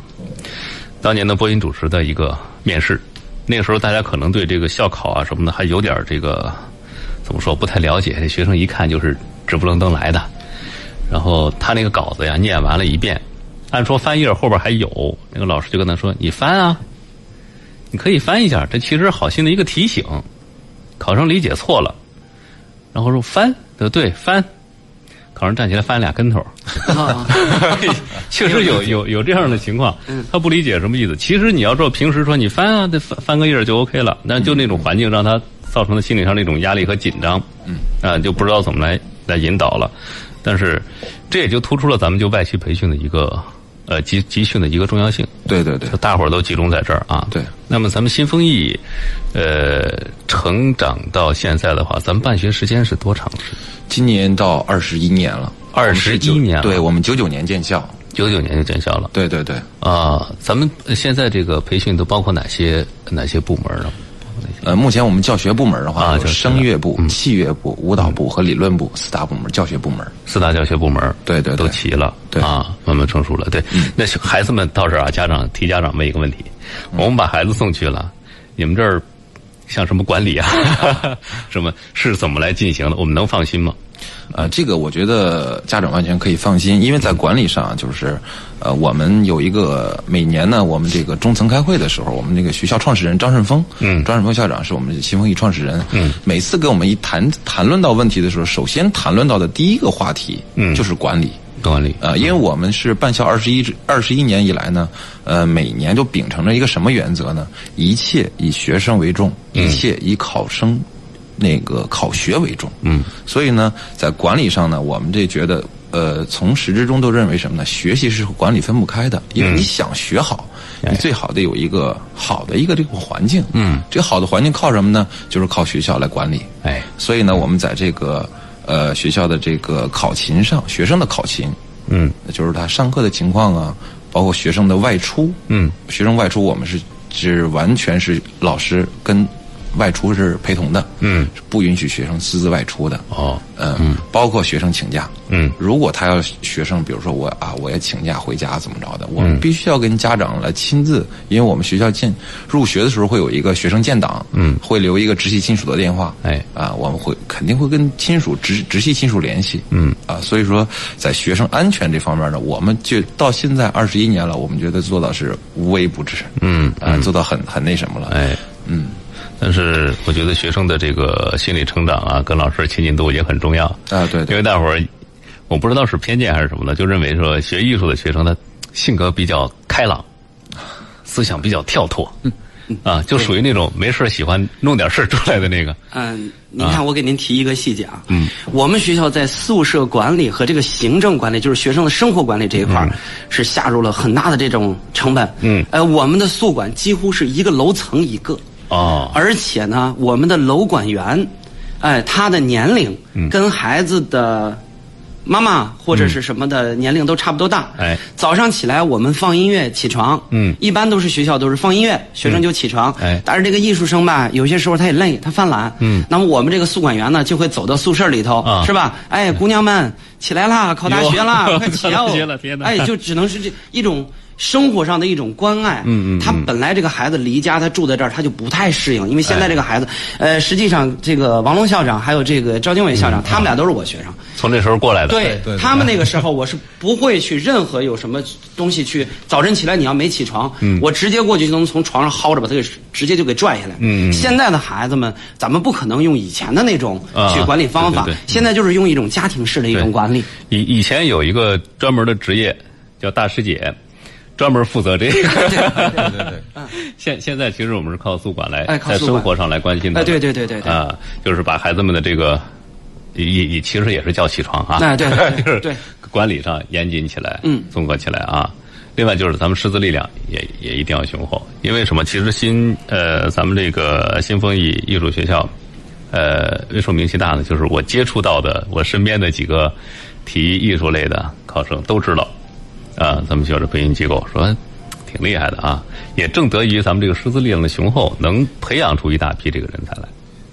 [SPEAKER 1] 当年的播音主持的一个面试，那个时候大家可能对这个校考啊什么的还有点儿这个怎么说不太了解，这学生一看就是直不愣登来的。然后他那个稿子呀念完了一遍，按说翻页后边还有，那个老师就跟他说：“你翻啊，你可以翻一下，这其实是好心的一个提醒，考生理解错了。”然后说翻，呃对翻，考生站起来翻俩跟头。
[SPEAKER 2] 啊，
[SPEAKER 1] 确实有嗯有有这样的情况，他不理解什么意思。其实你要说平时说你翻啊，得翻翻个页儿就 OK 了，那就那种环境让他造成了心理上那种压力和紧张，嗯，啊，就不知道怎么来来引导了。但是这也就突出了咱们就外企培训的一个呃集集训的一个重要性。
[SPEAKER 3] 对对对
[SPEAKER 1] 就，大伙儿都集中在这儿啊。
[SPEAKER 3] 对
[SPEAKER 1] 那么咱们新丰艺，呃，成长到现在的话，咱们办学时间是多长？是
[SPEAKER 3] 今年到二十一年了，
[SPEAKER 1] 21年了
[SPEAKER 3] 对我们九九年建校，
[SPEAKER 1] 九九年就建校了。
[SPEAKER 3] 对对对，
[SPEAKER 1] 啊，咱们呃现在这个培训都包括哪些哪些部门呢？
[SPEAKER 3] 呃，目前我们教学部嗯门的
[SPEAKER 1] 啊
[SPEAKER 3] 话，有
[SPEAKER 1] 就是
[SPEAKER 3] 声乐部、器乐部、舞蹈部和理论部四大部门，教学部门。
[SPEAKER 1] 四大教学部门，
[SPEAKER 3] 对对对
[SPEAKER 1] 都齐了，
[SPEAKER 3] 对嗯
[SPEAKER 1] 啊，慢慢成熟了。对，那小孩子们到这儿啊，家长提家长们一个问题：
[SPEAKER 3] 嗯
[SPEAKER 1] 我们把孩子送去了，你们这儿像什么管理 啊，什么是怎么来进行的？我们能放心吗？
[SPEAKER 3] 呃，这个我觉得家长完全可以放心，因为在管理上啊就是，呃，我们有一个每年呢，我们这个中层开会的时候，我们那个学校创始人张顺峰，
[SPEAKER 1] 嗯
[SPEAKER 3] 张顺峰校长是我们新风艺创始人，嗯，每次跟我们一谈谈论到问题的时候，首先谈论到的第一个话题，嗯就是管理，
[SPEAKER 1] 懂管理
[SPEAKER 3] 呃，因为我们是办校二十一二十一年以来呢，呃，每年就秉承着一个什么原则呢？一切以学生为重，一切以考生那个考学为重。嗯，所以呢，在管理上呢，我们这觉得，呃，从始至终都认为什么呢？学习是和管理分不开的，因为你想学好，你最好得有一个好的一个这个环境。哎嗯，这个好的环境靠什么呢？就是靠学校来管理。
[SPEAKER 1] 哎
[SPEAKER 3] 所以呢，我们在这个呃学校的这个考勤上，学生的考勤，
[SPEAKER 1] 嗯，
[SPEAKER 3] 就是他上课的情况啊，包括学生的外出，
[SPEAKER 1] 嗯，
[SPEAKER 3] 学生外出我们是是完全是老师跟外出是陪同的，
[SPEAKER 1] 嗯，
[SPEAKER 3] 是不允许学生私自外出的，
[SPEAKER 1] 哦，
[SPEAKER 3] 嗯，包括学生请假，
[SPEAKER 1] 嗯
[SPEAKER 3] 如果他要学生，比如说我啊，我要请假回家怎么着的，我
[SPEAKER 1] 嗯
[SPEAKER 3] 们必须要跟家长来亲自，因为我们学校建入学的时候会有一个学生建档，
[SPEAKER 1] 嗯
[SPEAKER 3] 会留一个直系亲属的电话，
[SPEAKER 1] 哎
[SPEAKER 3] 啊，我们会肯定会跟亲属直直系亲属联系，嗯啊，所以说在学生安全这方面呢，我们就到现在二十一年了，我们觉得做到是无微不至，
[SPEAKER 1] 嗯
[SPEAKER 3] 啊，做到很很那什么了，
[SPEAKER 1] 哎，嗯。但是我觉得学生的这个心理成长啊，跟老师亲近度也很重要
[SPEAKER 3] 啊对对
[SPEAKER 1] 因为大伙儿，我不知道是偏见还是什么呢，就认为说学艺术的学生他性格比较开朗，思想比较跳脱，
[SPEAKER 2] 嗯
[SPEAKER 1] 啊，就属于那种没事儿喜欢弄点事儿出来的那个。
[SPEAKER 2] 嗯，您看，我给您提一个细节啊。嗯，我们学校在宿舍管理和这个行政管理，就是学生的生活管理这一块儿，是下入了很大的这种成本。
[SPEAKER 1] 嗯
[SPEAKER 2] 呃，我们的宿管几乎是一个楼层一个。
[SPEAKER 1] 哦
[SPEAKER 2] 而且呢，我们的楼管员，哎，他的年龄
[SPEAKER 1] 嗯
[SPEAKER 2] 跟孩子的妈妈或者是什么的年龄都差不多大。
[SPEAKER 1] 哎
[SPEAKER 2] 早上起来我们放音乐起床，
[SPEAKER 1] 嗯
[SPEAKER 2] 一般都是学校都是放音乐，学生就起床。
[SPEAKER 1] 哎
[SPEAKER 2] 但是这个艺术生吧，有些时候他也累，他犯懒。
[SPEAKER 1] 嗯
[SPEAKER 2] 那么我们这个宿管员呢，就会走到宿舍里头，
[SPEAKER 1] 啊
[SPEAKER 2] 是吧？哎，姑娘们起来啦，考大学啦，
[SPEAKER 1] 哟
[SPEAKER 2] 快起 哦！
[SPEAKER 1] 大学了天哪
[SPEAKER 2] 哎，就只能是这一种生活上的一种关爱。嗯嗯，他本来这个孩子离家，他住在这儿，他就不太适应，因为现
[SPEAKER 1] 哎
[SPEAKER 2] 在这个孩子，呃，实际上这个王龙校长还有这个赵经纬
[SPEAKER 1] 嗯
[SPEAKER 2] 校长，他们俩都是我学生。
[SPEAKER 1] 从那时候过来的。
[SPEAKER 2] 对
[SPEAKER 3] 对
[SPEAKER 2] 他们那个时候，我是不会去任何有什么东西去。早晨起来你要没起床，
[SPEAKER 1] 嗯
[SPEAKER 2] 我直接过去就能从床上薅着把他给直接就给拽下来。
[SPEAKER 1] 嗯嗯
[SPEAKER 2] 现在的孩子们，咱们不可能用以前的那种
[SPEAKER 1] 啊
[SPEAKER 2] 去管理方法，
[SPEAKER 1] 对对对
[SPEAKER 2] 现在就是用一种家庭式的一
[SPEAKER 1] 对
[SPEAKER 2] 种管理。
[SPEAKER 1] 以以前有一个专门的职业叫大师姐，专门负责这个。对对对。 现现在其实我们是靠宿管来，
[SPEAKER 2] 哎靠
[SPEAKER 1] 在
[SPEAKER 2] 宿管
[SPEAKER 1] 生活上来关心的。
[SPEAKER 2] 哎对对对对对
[SPEAKER 1] 啊，就是把孩子们的这个。也也其实也是叫起床啊，
[SPEAKER 2] 哎对对对
[SPEAKER 1] 就是
[SPEAKER 2] 对
[SPEAKER 1] 管理上严谨起来，
[SPEAKER 2] 嗯
[SPEAKER 1] 综合起来啊。另外就是咱们师资力量也也一定要雄厚，因为什么？其实新呃，咱们这个新丰艺艺术学校，呃，为什么名气大呢？就是我接触到的，我身边的几个体育艺术类的考生都知道，啊、咱们学校的培训机构说挺厉害的啊，也正得益于咱们这个师资力量的雄厚，能培养出一大批这个人才来。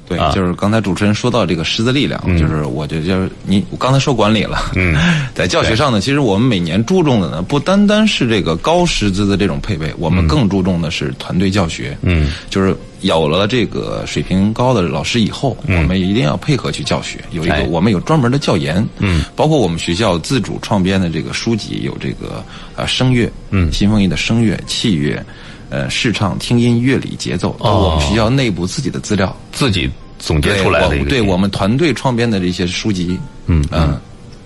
[SPEAKER 3] 对
[SPEAKER 1] 啊，嗯
[SPEAKER 3] 就是刚才主持人说到这个师资力量，就是我觉得就是你我刚才说管理了，嗯， 在教学上呢，其实我们每年注重的呢，不单单是这个高师资的这种配备，我们更注重的是团队教学，
[SPEAKER 1] 嗯，
[SPEAKER 3] 就是有了这个水平高的老师以后，我们一定要配合去教学，有一个
[SPEAKER 1] 嗯哎
[SPEAKER 3] 我们有专门的教研，
[SPEAKER 1] 嗯，
[SPEAKER 3] 包括我们学校自主创编的这个书籍有这个呃声乐，
[SPEAKER 1] 嗯
[SPEAKER 3] 新风艺的声乐、器乐。呃，视唱、听音、乐理、节奏，都是
[SPEAKER 1] 哦
[SPEAKER 3] 我们学校内部自己的资料，
[SPEAKER 1] 自己总结
[SPEAKER 3] 对
[SPEAKER 1] 出来
[SPEAKER 3] 我
[SPEAKER 1] 的一个
[SPEAKER 3] 对
[SPEAKER 1] 结
[SPEAKER 3] 我
[SPEAKER 1] 果
[SPEAKER 3] 们团队创编的这些书籍，
[SPEAKER 1] 嗯
[SPEAKER 3] 嗯，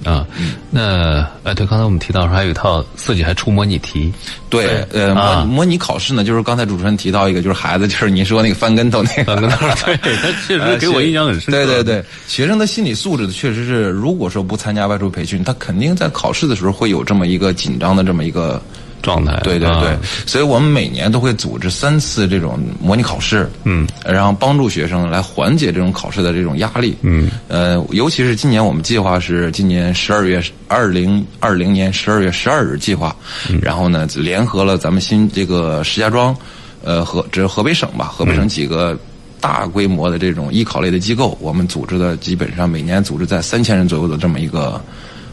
[SPEAKER 1] 啊，那呃，对，刚才我们提到说还有一套自己还出模拟题，
[SPEAKER 3] 对，呃，
[SPEAKER 1] 啊
[SPEAKER 3] 模模拟考试呢，就是刚才主持人提到一个，就是孩子，就是您说那个翻跟头 那
[SPEAKER 1] 翻跟
[SPEAKER 3] 个，
[SPEAKER 1] 头对他确实
[SPEAKER 3] 呃
[SPEAKER 1] 给我
[SPEAKER 3] 学
[SPEAKER 1] 印象很深啊
[SPEAKER 3] 对
[SPEAKER 1] 刻
[SPEAKER 3] 对对，学生的心理素质确实是，如果说不参加外出培训，他肯定在考试的时候会有这么一个紧张的这么一个
[SPEAKER 1] 状态
[SPEAKER 3] 对对
[SPEAKER 1] 啊
[SPEAKER 3] 对，所以我们每年都会组织三次这种模拟考试，
[SPEAKER 1] 嗯，
[SPEAKER 3] 然后帮助学生来缓解这种考试的这种压力，
[SPEAKER 1] 嗯，
[SPEAKER 3] 呃，尤其是今年我们计划是今年十二月二零二零年十二月十二日计划，
[SPEAKER 1] 嗯
[SPEAKER 3] 然后呢，联合了咱们新这个石家庄，呃，河这是河北省吧，
[SPEAKER 1] 嗯
[SPEAKER 3] 河北省几个。大规模的这种艺考类的机构，我们组织的基本上每年组织在三千人左右的这么一个，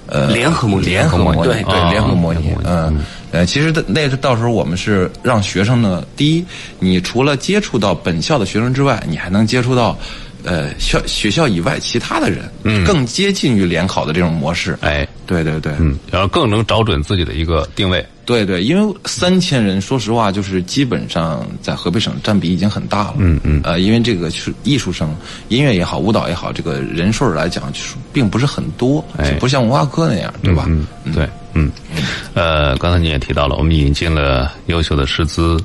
[SPEAKER 3] 呃，
[SPEAKER 2] 联合模拟
[SPEAKER 3] 联合模拟，
[SPEAKER 2] 对
[SPEAKER 3] 对
[SPEAKER 1] 啊
[SPEAKER 3] 联合模拟
[SPEAKER 1] 联合模，拟
[SPEAKER 3] 嗯，呃，其实的那是到时候我们是让学生呢，第一，你除了接触到本校的学生之外，你还能接触到，呃，校学校以外其他的人，嗯，更接近于联考的这种模式。
[SPEAKER 1] 哎
[SPEAKER 3] 对对对，
[SPEAKER 1] 嗯，然后更能找准自己的一个定位。
[SPEAKER 3] 对对，因为三千人，说实话，就是基本上在河北省占比已经很大了。嗯嗯。呃，因为这个是艺术生，音乐也好，舞蹈也好，这个人数来讲，就是并不是很多，
[SPEAKER 1] 哎
[SPEAKER 3] 不像文化课那样，对吧？
[SPEAKER 1] 嗯，对，嗯，呃，刚才你也提到了，我们引进了优秀的师资，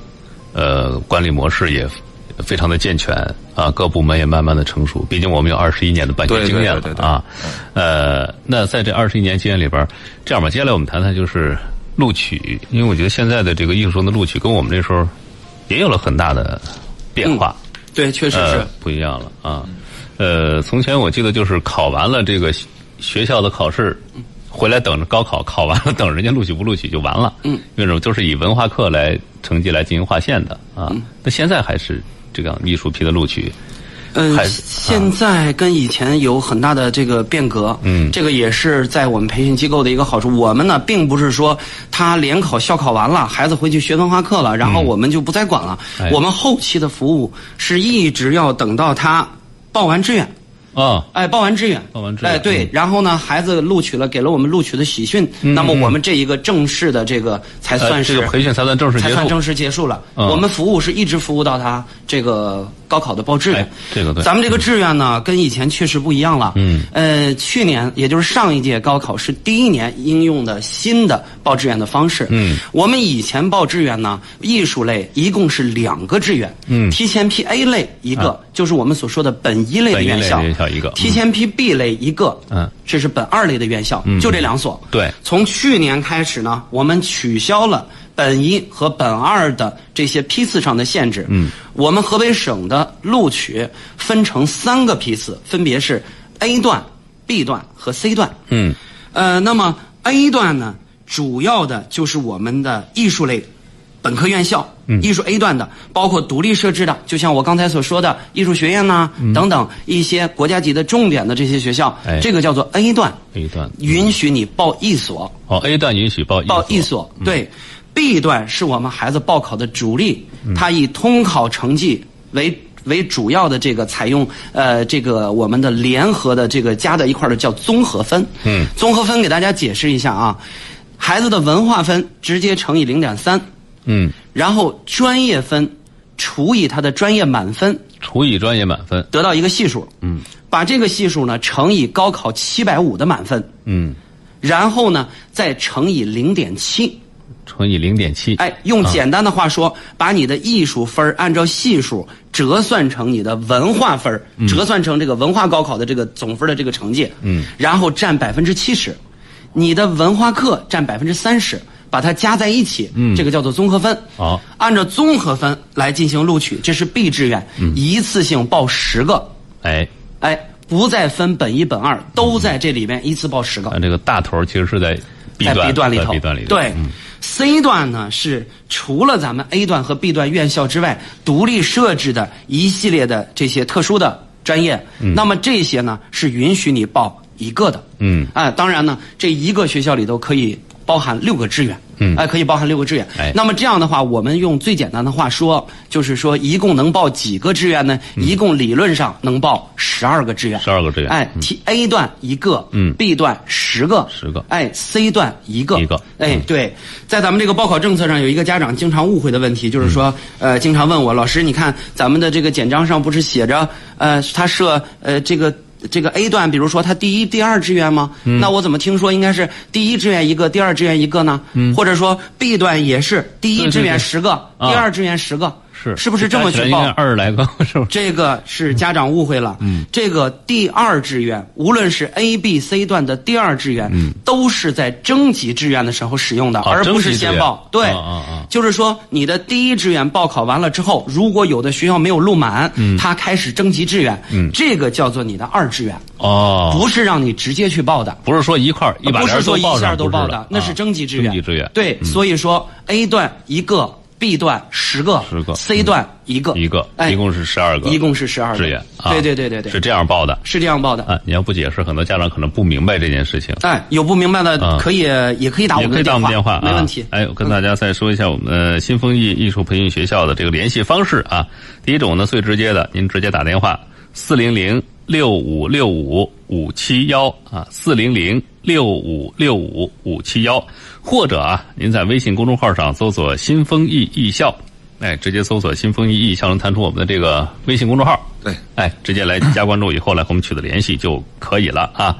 [SPEAKER 1] 呃，管理模式也非常的健全啊，各部门也慢慢的成熟。毕竟我们有二十一年的办学
[SPEAKER 3] 对对
[SPEAKER 1] 经验了
[SPEAKER 3] 对对对
[SPEAKER 1] 啊，呃，那在这二十一年经验里边儿，这样吧，接下来我们谈谈就是录取，因为我觉得现在的这个艺术生的录取跟我们那时候也有了很大的变化。
[SPEAKER 3] 嗯
[SPEAKER 2] 对，确实是。
[SPEAKER 1] 呃、不一样了啊。呃，从前我记得就是考完了这个学学校的考试，回来等着高考，考完了等人家录取不录取就完了。嗯，那种就是以文化课来成绩来进行划线的啊。那现在还是这样艺术批的录取，
[SPEAKER 2] 嗯
[SPEAKER 1] 还，
[SPEAKER 2] 现在跟以前有很大的这个变革，
[SPEAKER 1] 嗯
[SPEAKER 2] 这个也是在我们培训机构的一个好处。我们呢，并不是说他联考、校考完了，孩子回去学文化课了，然后我们就不再管了。
[SPEAKER 1] 哎
[SPEAKER 2] 我们后期的服务是一直要等到他报完志愿，
[SPEAKER 1] 啊。
[SPEAKER 2] 哎，报完志愿，
[SPEAKER 1] 报完志愿
[SPEAKER 2] 哎，对
[SPEAKER 1] 嗯，
[SPEAKER 2] 然后呢，孩子录取了，给了我们录取的喜讯，那么我们这一个正式的这个才
[SPEAKER 1] 嗯呃，这
[SPEAKER 2] 算是
[SPEAKER 1] 个培训才算正式结
[SPEAKER 2] 才
[SPEAKER 1] 束。
[SPEAKER 2] 算正式结束了。
[SPEAKER 1] 嗯
[SPEAKER 2] 我们服务是一直服务到他这个高考的报志愿、
[SPEAKER 1] 哎这个对
[SPEAKER 2] 咱们这个志愿呢，跟以前确实不一样了。
[SPEAKER 1] 嗯，
[SPEAKER 2] 呃，去年也就是上一届高考是第一年应用的新的报志愿的方式。
[SPEAKER 1] 嗯，
[SPEAKER 2] 我们以前报志愿呢，艺术类一共是两个志愿。
[SPEAKER 1] 嗯
[SPEAKER 2] 提前批 A 类一个，
[SPEAKER 1] 啊
[SPEAKER 2] 就是我们所说的本一类的
[SPEAKER 1] 本一类
[SPEAKER 2] 院
[SPEAKER 1] 的
[SPEAKER 2] 校，
[SPEAKER 1] 院校一个
[SPEAKER 2] 提前批 B 类一个。
[SPEAKER 1] 嗯
[SPEAKER 2] 这是本二类的院校，
[SPEAKER 1] 嗯
[SPEAKER 2] 就这两所。
[SPEAKER 1] 对
[SPEAKER 2] 从去年开始呢，我们取消了本一和本二的这些批次上的限制。
[SPEAKER 1] 嗯，
[SPEAKER 2] 我们河北省的录取分成三个批次，分别是 A 段、B 段和 C 段。
[SPEAKER 1] 嗯，
[SPEAKER 2] 呃，那么 A 段呢，主要的就是我们的艺术类本科院校，
[SPEAKER 1] 嗯
[SPEAKER 2] 艺术 A 段的，包括独立设置的，就像我刚才所说的艺术学院呐、等等一些国家级的重点的这些学校，
[SPEAKER 1] 嗯哎
[SPEAKER 2] 这个叫做 A 段，
[SPEAKER 1] A 段
[SPEAKER 2] 允许你报一所，嗯
[SPEAKER 1] 哦，A 段允许报一
[SPEAKER 2] 报一所，对。B 段是我们孩子报考的主力，它以通考成绩为为主要的这个采用呃这个我们的联合的这个加在一块儿的叫综合分。
[SPEAKER 1] 嗯
[SPEAKER 2] 综合分给大家解释一下啊，孩子的文化分直接乘以零点三，
[SPEAKER 1] 嗯，
[SPEAKER 2] 然后专业分除以他的专业满分，
[SPEAKER 1] 除以专业满分，
[SPEAKER 2] 得到一个系数。嗯，把这个系数呢乘以高考七百五的满分，
[SPEAKER 1] 嗯，
[SPEAKER 2] 然后呢再乘以零点七。
[SPEAKER 1] 乘以零点七，
[SPEAKER 2] 哎，用
[SPEAKER 1] 啊
[SPEAKER 2] 简单的话说，把你的艺术分儿按照系数折算成你的文化分儿，折算成这个文化高考的这个总分儿的这个成绩，
[SPEAKER 1] 嗯，
[SPEAKER 2] 然后占百分之七十，你的文化课占百分之三十，把它加在一起，嗯，这个叫做综合分。
[SPEAKER 1] 好
[SPEAKER 2] 按照综合分来进行录取，这是 B 志愿，
[SPEAKER 1] 嗯
[SPEAKER 2] 一次性报十个，
[SPEAKER 1] 哎，
[SPEAKER 2] 哎，不再分本一本二，都在这里面依次报十个
[SPEAKER 1] 啊，。这个大头儿其实是在 B
[SPEAKER 2] 在
[SPEAKER 1] 段
[SPEAKER 2] B 段里
[SPEAKER 1] 在
[SPEAKER 2] 头，
[SPEAKER 1] ，B 段里头嗯
[SPEAKER 2] 对、C 段呢是除了咱们 A 段和 B 段院校之外，独立设置的一系列的这些特殊的专业，那么这些呢是允许你报一个的，
[SPEAKER 1] 嗯
[SPEAKER 2] 啊，当然呢，这一个学校里头可以包含六个志愿。
[SPEAKER 1] 嗯
[SPEAKER 2] 哎，可以包含六个志愿。
[SPEAKER 1] 哎
[SPEAKER 2] 那么这样的话，我们用最简单的话说，就是说，一共能报几个志愿呢？一共理论上能报十二个志愿。
[SPEAKER 1] 12个志愿
[SPEAKER 2] 哎，T A 段一个，
[SPEAKER 1] 嗯
[SPEAKER 2] ，B 段十个，
[SPEAKER 1] 10个
[SPEAKER 2] 哎，C 段一个，
[SPEAKER 1] 一个嗯
[SPEAKER 2] 哎，对，在咱们这个报考政策上，有一个家长经常误会的问题，就是说，
[SPEAKER 1] 嗯
[SPEAKER 2] 呃，经常问我老师，你看咱们的这个简章上不是写着，呃，他设呃这个。这个 A 段，比如说他第一、第二志愿吗？
[SPEAKER 1] 嗯
[SPEAKER 2] 那我怎么听说应该是第一志愿一个，第二志愿一个呢？或者说 B 段也是第一志
[SPEAKER 1] 嗯对对对
[SPEAKER 2] 愿十个，
[SPEAKER 1] 啊
[SPEAKER 2] 第二志愿十个，
[SPEAKER 1] 是
[SPEAKER 2] 是不是这么
[SPEAKER 1] 加
[SPEAKER 2] 去
[SPEAKER 1] 起来
[SPEAKER 2] 报
[SPEAKER 1] 应该？二十来个，是不是？
[SPEAKER 2] 这个是家长误会了。嗯，这个第二志愿，无论是 A、B、C 段的第二志愿，都是在征集志愿的时候使用的，
[SPEAKER 1] 啊
[SPEAKER 2] 而不
[SPEAKER 1] 嗯征
[SPEAKER 2] 是
[SPEAKER 1] 集志愿
[SPEAKER 2] 先报。对，
[SPEAKER 1] 啊啊啊
[SPEAKER 2] 就是说你的第一志愿报考完了之后，如果有的学校没有录满，
[SPEAKER 1] 嗯
[SPEAKER 2] 他开始征集志愿，这个叫做你的二志愿，
[SPEAKER 1] 哦，
[SPEAKER 2] 不是让你直接去报的。
[SPEAKER 1] 不是说一块儿一把
[SPEAKER 2] 啊不
[SPEAKER 1] 帘
[SPEAKER 2] 是
[SPEAKER 1] 儿
[SPEAKER 2] 说一
[SPEAKER 1] 报
[SPEAKER 2] 下
[SPEAKER 1] 上，
[SPEAKER 2] 都
[SPEAKER 1] 不
[SPEAKER 2] 报
[SPEAKER 1] 是啊
[SPEAKER 2] 的，那是征集志愿。
[SPEAKER 1] 征集志愿嗯
[SPEAKER 2] 对，所以说 A 段一个，B 段十个，
[SPEAKER 1] 10个嗯
[SPEAKER 2] c 段一个，
[SPEAKER 1] 一个，
[SPEAKER 2] 哎
[SPEAKER 1] 一共是十二个，
[SPEAKER 2] 一共是12个
[SPEAKER 1] 志愿啊。
[SPEAKER 2] 对对对对对
[SPEAKER 1] 是这样报的
[SPEAKER 2] 是这样报的。
[SPEAKER 1] 啊。你要不解释，很多家长可能不明白这件事情。
[SPEAKER 2] 哎，有不明白的、
[SPEAKER 1] 嗯
[SPEAKER 2] 可以也可以打我
[SPEAKER 1] 也
[SPEAKER 2] 们
[SPEAKER 1] 可以
[SPEAKER 2] 的
[SPEAKER 1] 打我们电话，
[SPEAKER 2] 没问题
[SPEAKER 1] 啊。。
[SPEAKER 2] 嗯
[SPEAKER 1] 哎，我跟大家再说一下我们呃新丰艺艺术培训学校的这个联系方式啊。第一种呢最直接的，您直接打电话四零零六五六五五七幺啊，四零零六五六五五七幺，或者啊，您在微信公众号上搜索“新丰艺艺校”，哎，直接搜索“新丰艺艺校”能弹出我们的这个微信公众号。
[SPEAKER 3] 对，
[SPEAKER 1] 哎，直接来加关注以后来和我们取得联系就可以了啊。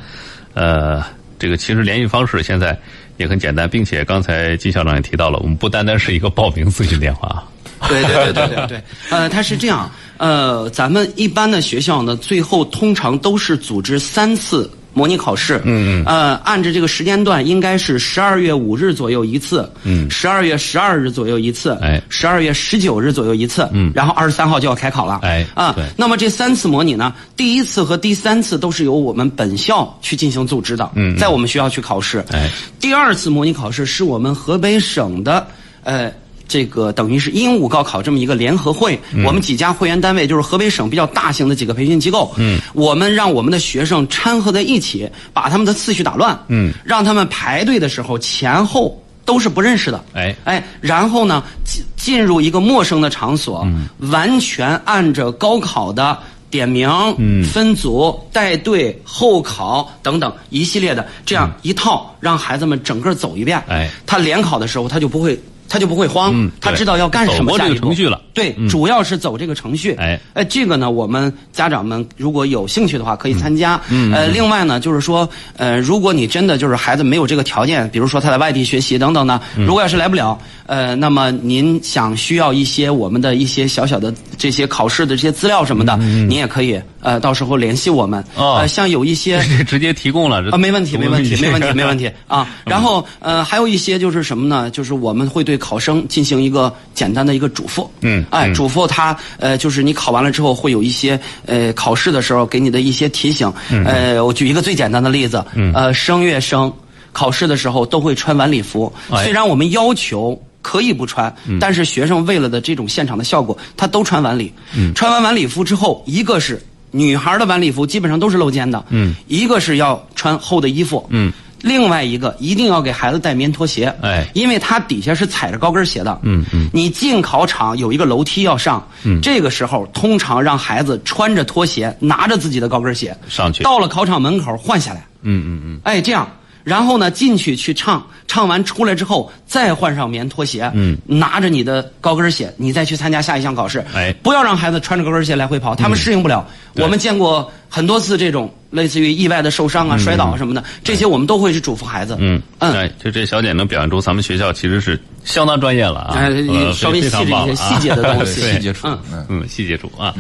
[SPEAKER 1] 呃，这个其实联系方式现在也很简单，并且刚才金校长也提到了，我们不单单是一个报名咨询电话啊。
[SPEAKER 2] 对对对对对对，呃，它是这样，呃，咱们一般的学校呢，最后通常都是组织三次模拟考试，嗯嗯，呃，按着这个时间段，应该是十二月五日左右一次，嗯，十二月十二日左右一次，
[SPEAKER 1] 哎
[SPEAKER 2] 十二月十九日左右一次，嗯，然后二十三号就要开考了，
[SPEAKER 1] 哎
[SPEAKER 2] 啊
[SPEAKER 1] 对，
[SPEAKER 2] 那么这三次模拟呢，第一次和第三次都是由我们本校去进行组织的，嗯，在我们学校去考试，
[SPEAKER 1] 哎
[SPEAKER 2] 第二次模拟考试是我们河北省的，呃。这个等于是鹦鹉高考这么一个联合会，我们几家会员单位就是河北省比较大型的几个培训机构，嗯，我们让我们的学生掺和在一起，把他们的次序打乱，嗯，让他们排队的时候前后都是不认识的，
[SPEAKER 1] 哎
[SPEAKER 2] 哎，然后呢进进入一个陌生的场所，
[SPEAKER 1] 嗯
[SPEAKER 2] 完全按着高考的。点名、
[SPEAKER 1] 嗯
[SPEAKER 2] 分组、带队、候考等等一系列的这样一套，让孩子们整个走一遍。
[SPEAKER 1] 嗯哎
[SPEAKER 2] 他联考的时候他就不会，他就不会慌，
[SPEAKER 1] 嗯
[SPEAKER 2] 他
[SPEAKER 1] 对
[SPEAKER 2] 知道要干什
[SPEAKER 1] 走
[SPEAKER 2] 么
[SPEAKER 1] 过
[SPEAKER 2] 下
[SPEAKER 1] 这
[SPEAKER 2] 一
[SPEAKER 1] 个
[SPEAKER 2] 步。
[SPEAKER 1] 程序了
[SPEAKER 2] 对，主要是走这个程序。
[SPEAKER 1] 哎
[SPEAKER 2] 呃，这个呢，我们家长们如果有兴趣的话，可以参加。嗯，呃，另外呢，就是说，呃，如果你真的就是孩子没有这个条件，比如说他在外地学习等等呢，如果要是来不了，呃，那么您想需要一些我们的一些小小的这些考试的这些资料什么的，您也可以呃，到时候联系我们。
[SPEAKER 1] 哦
[SPEAKER 2] 呃，像有一些。
[SPEAKER 1] 直接提供了这
[SPEAKER 2] 啊，没问题，没问题，没问题，没问题
[SPEAKER 1] 嗯
[SPEAKER 2] 啊。然后呃，还有一些就是什么呢？就是我们会对考生进行一个简单的一个嘱咐，
[SPEAKER 1] 嗯
[SPEAKER 2] 哎，
[SPEAKER 1] 嗯
[SPEAKER 2] 嘱咐他呃，就是你考完了之后会有一些呃考试的时候给你的一些提醒，
[SPEAKER 1] 嗯
[SPEAKER 2] 呃，我举一个最简单的例子，呃，声乐生考试的时候都会穿晚礼服，
[SPEAKER 1] 哎
[SPEAKER 2] 虽然我们要求。可以不穿，但是学生为了的这种现场的效果，他都穿晚礼。穿完晚礼服之后，一个是女孩的晚礼服基本上都是露肩的，嗯，一个是要穿厚的衣服，嗯，另外一个一定要给孩子带棉拖鞋，
[SPEAKER 1] 哎
[SPEAKER 2] 因为它底下是踩着高跟鞋的，嗯嗯，你进考场有一个楼梯要上，嗯，这个时候通常让孩子穿着拖鞋，拿着自己的高跟鞋
[SPEAKER 1] 上去
[SPEAKER 2] 到了考场门口换下来，
[SPEAKER 1] 嗯嗯嗯，
[SPEAKER 2] 哎，这样，然后呢，进去去唱，唱完出来之后再换上棉拖鞋，嗯，拿着你的高跟鞋，你再去参加下一项考试。
[SPEAKER 1] 哎嗯
[SPEAKER 2] 不要让孩子穿着高跟鞋来回跑，他们适应不了。
[SPEAKER 1] 对
[SPEAKER 2] 我们见过很多次这种类似于意外的受伤啊、摔倒啊什么的，这些我们都会去嘱咐孩子。
[SPEAKER 1] 嗯，
[SPEAKER 2] 嗯。
[SPEAKER 1] 哎，就这小姐能表现出咱们学校其实是相当专业了啊，
[SPEAKER 2] 哎
[SPEAKER 1] 呃
[SPEAKER 2] 稍微
[SPEAKER 1] 非常
[SPEAKER 2] 细致一
[SPEAKER 1] 棒
[SPEAKER 2] 些
[SPEAKER 1] 了啊
[SPEAKER 2] 细节的东 西
[SPEAKER 1] 对
[SPEAKER 3] 细节处，
[SPEAKER 2] 嗯
[SPEAKER 3] 嗯，
[SPEAKER 1] 嗯，细节处啊。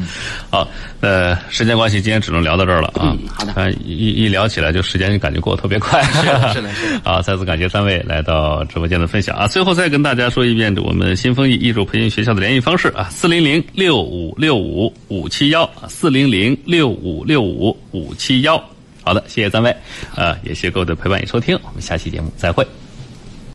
[SPEAKER 1] 好，呃，时间关系，今天只能聊到这儿了啊。
[SPEAKER 2] 嗯好的
[SPEAKER 1] 啊一一聊起来，就时间就感觉过得特别快。是的，
[SPEAKER 2] 是的 是
[SPEAKER 1] 啊，再次感谢三位来到直播间的分享啊。最后再跟大家说一遍，我们新丰艺艺术培训学校的联系方式啊：四零零六五六五五七幺，四零零六五六五啊五七幺。好的，谢谢三位，呃，也谢谢各位的陪伴与收听，我们下期节目再会。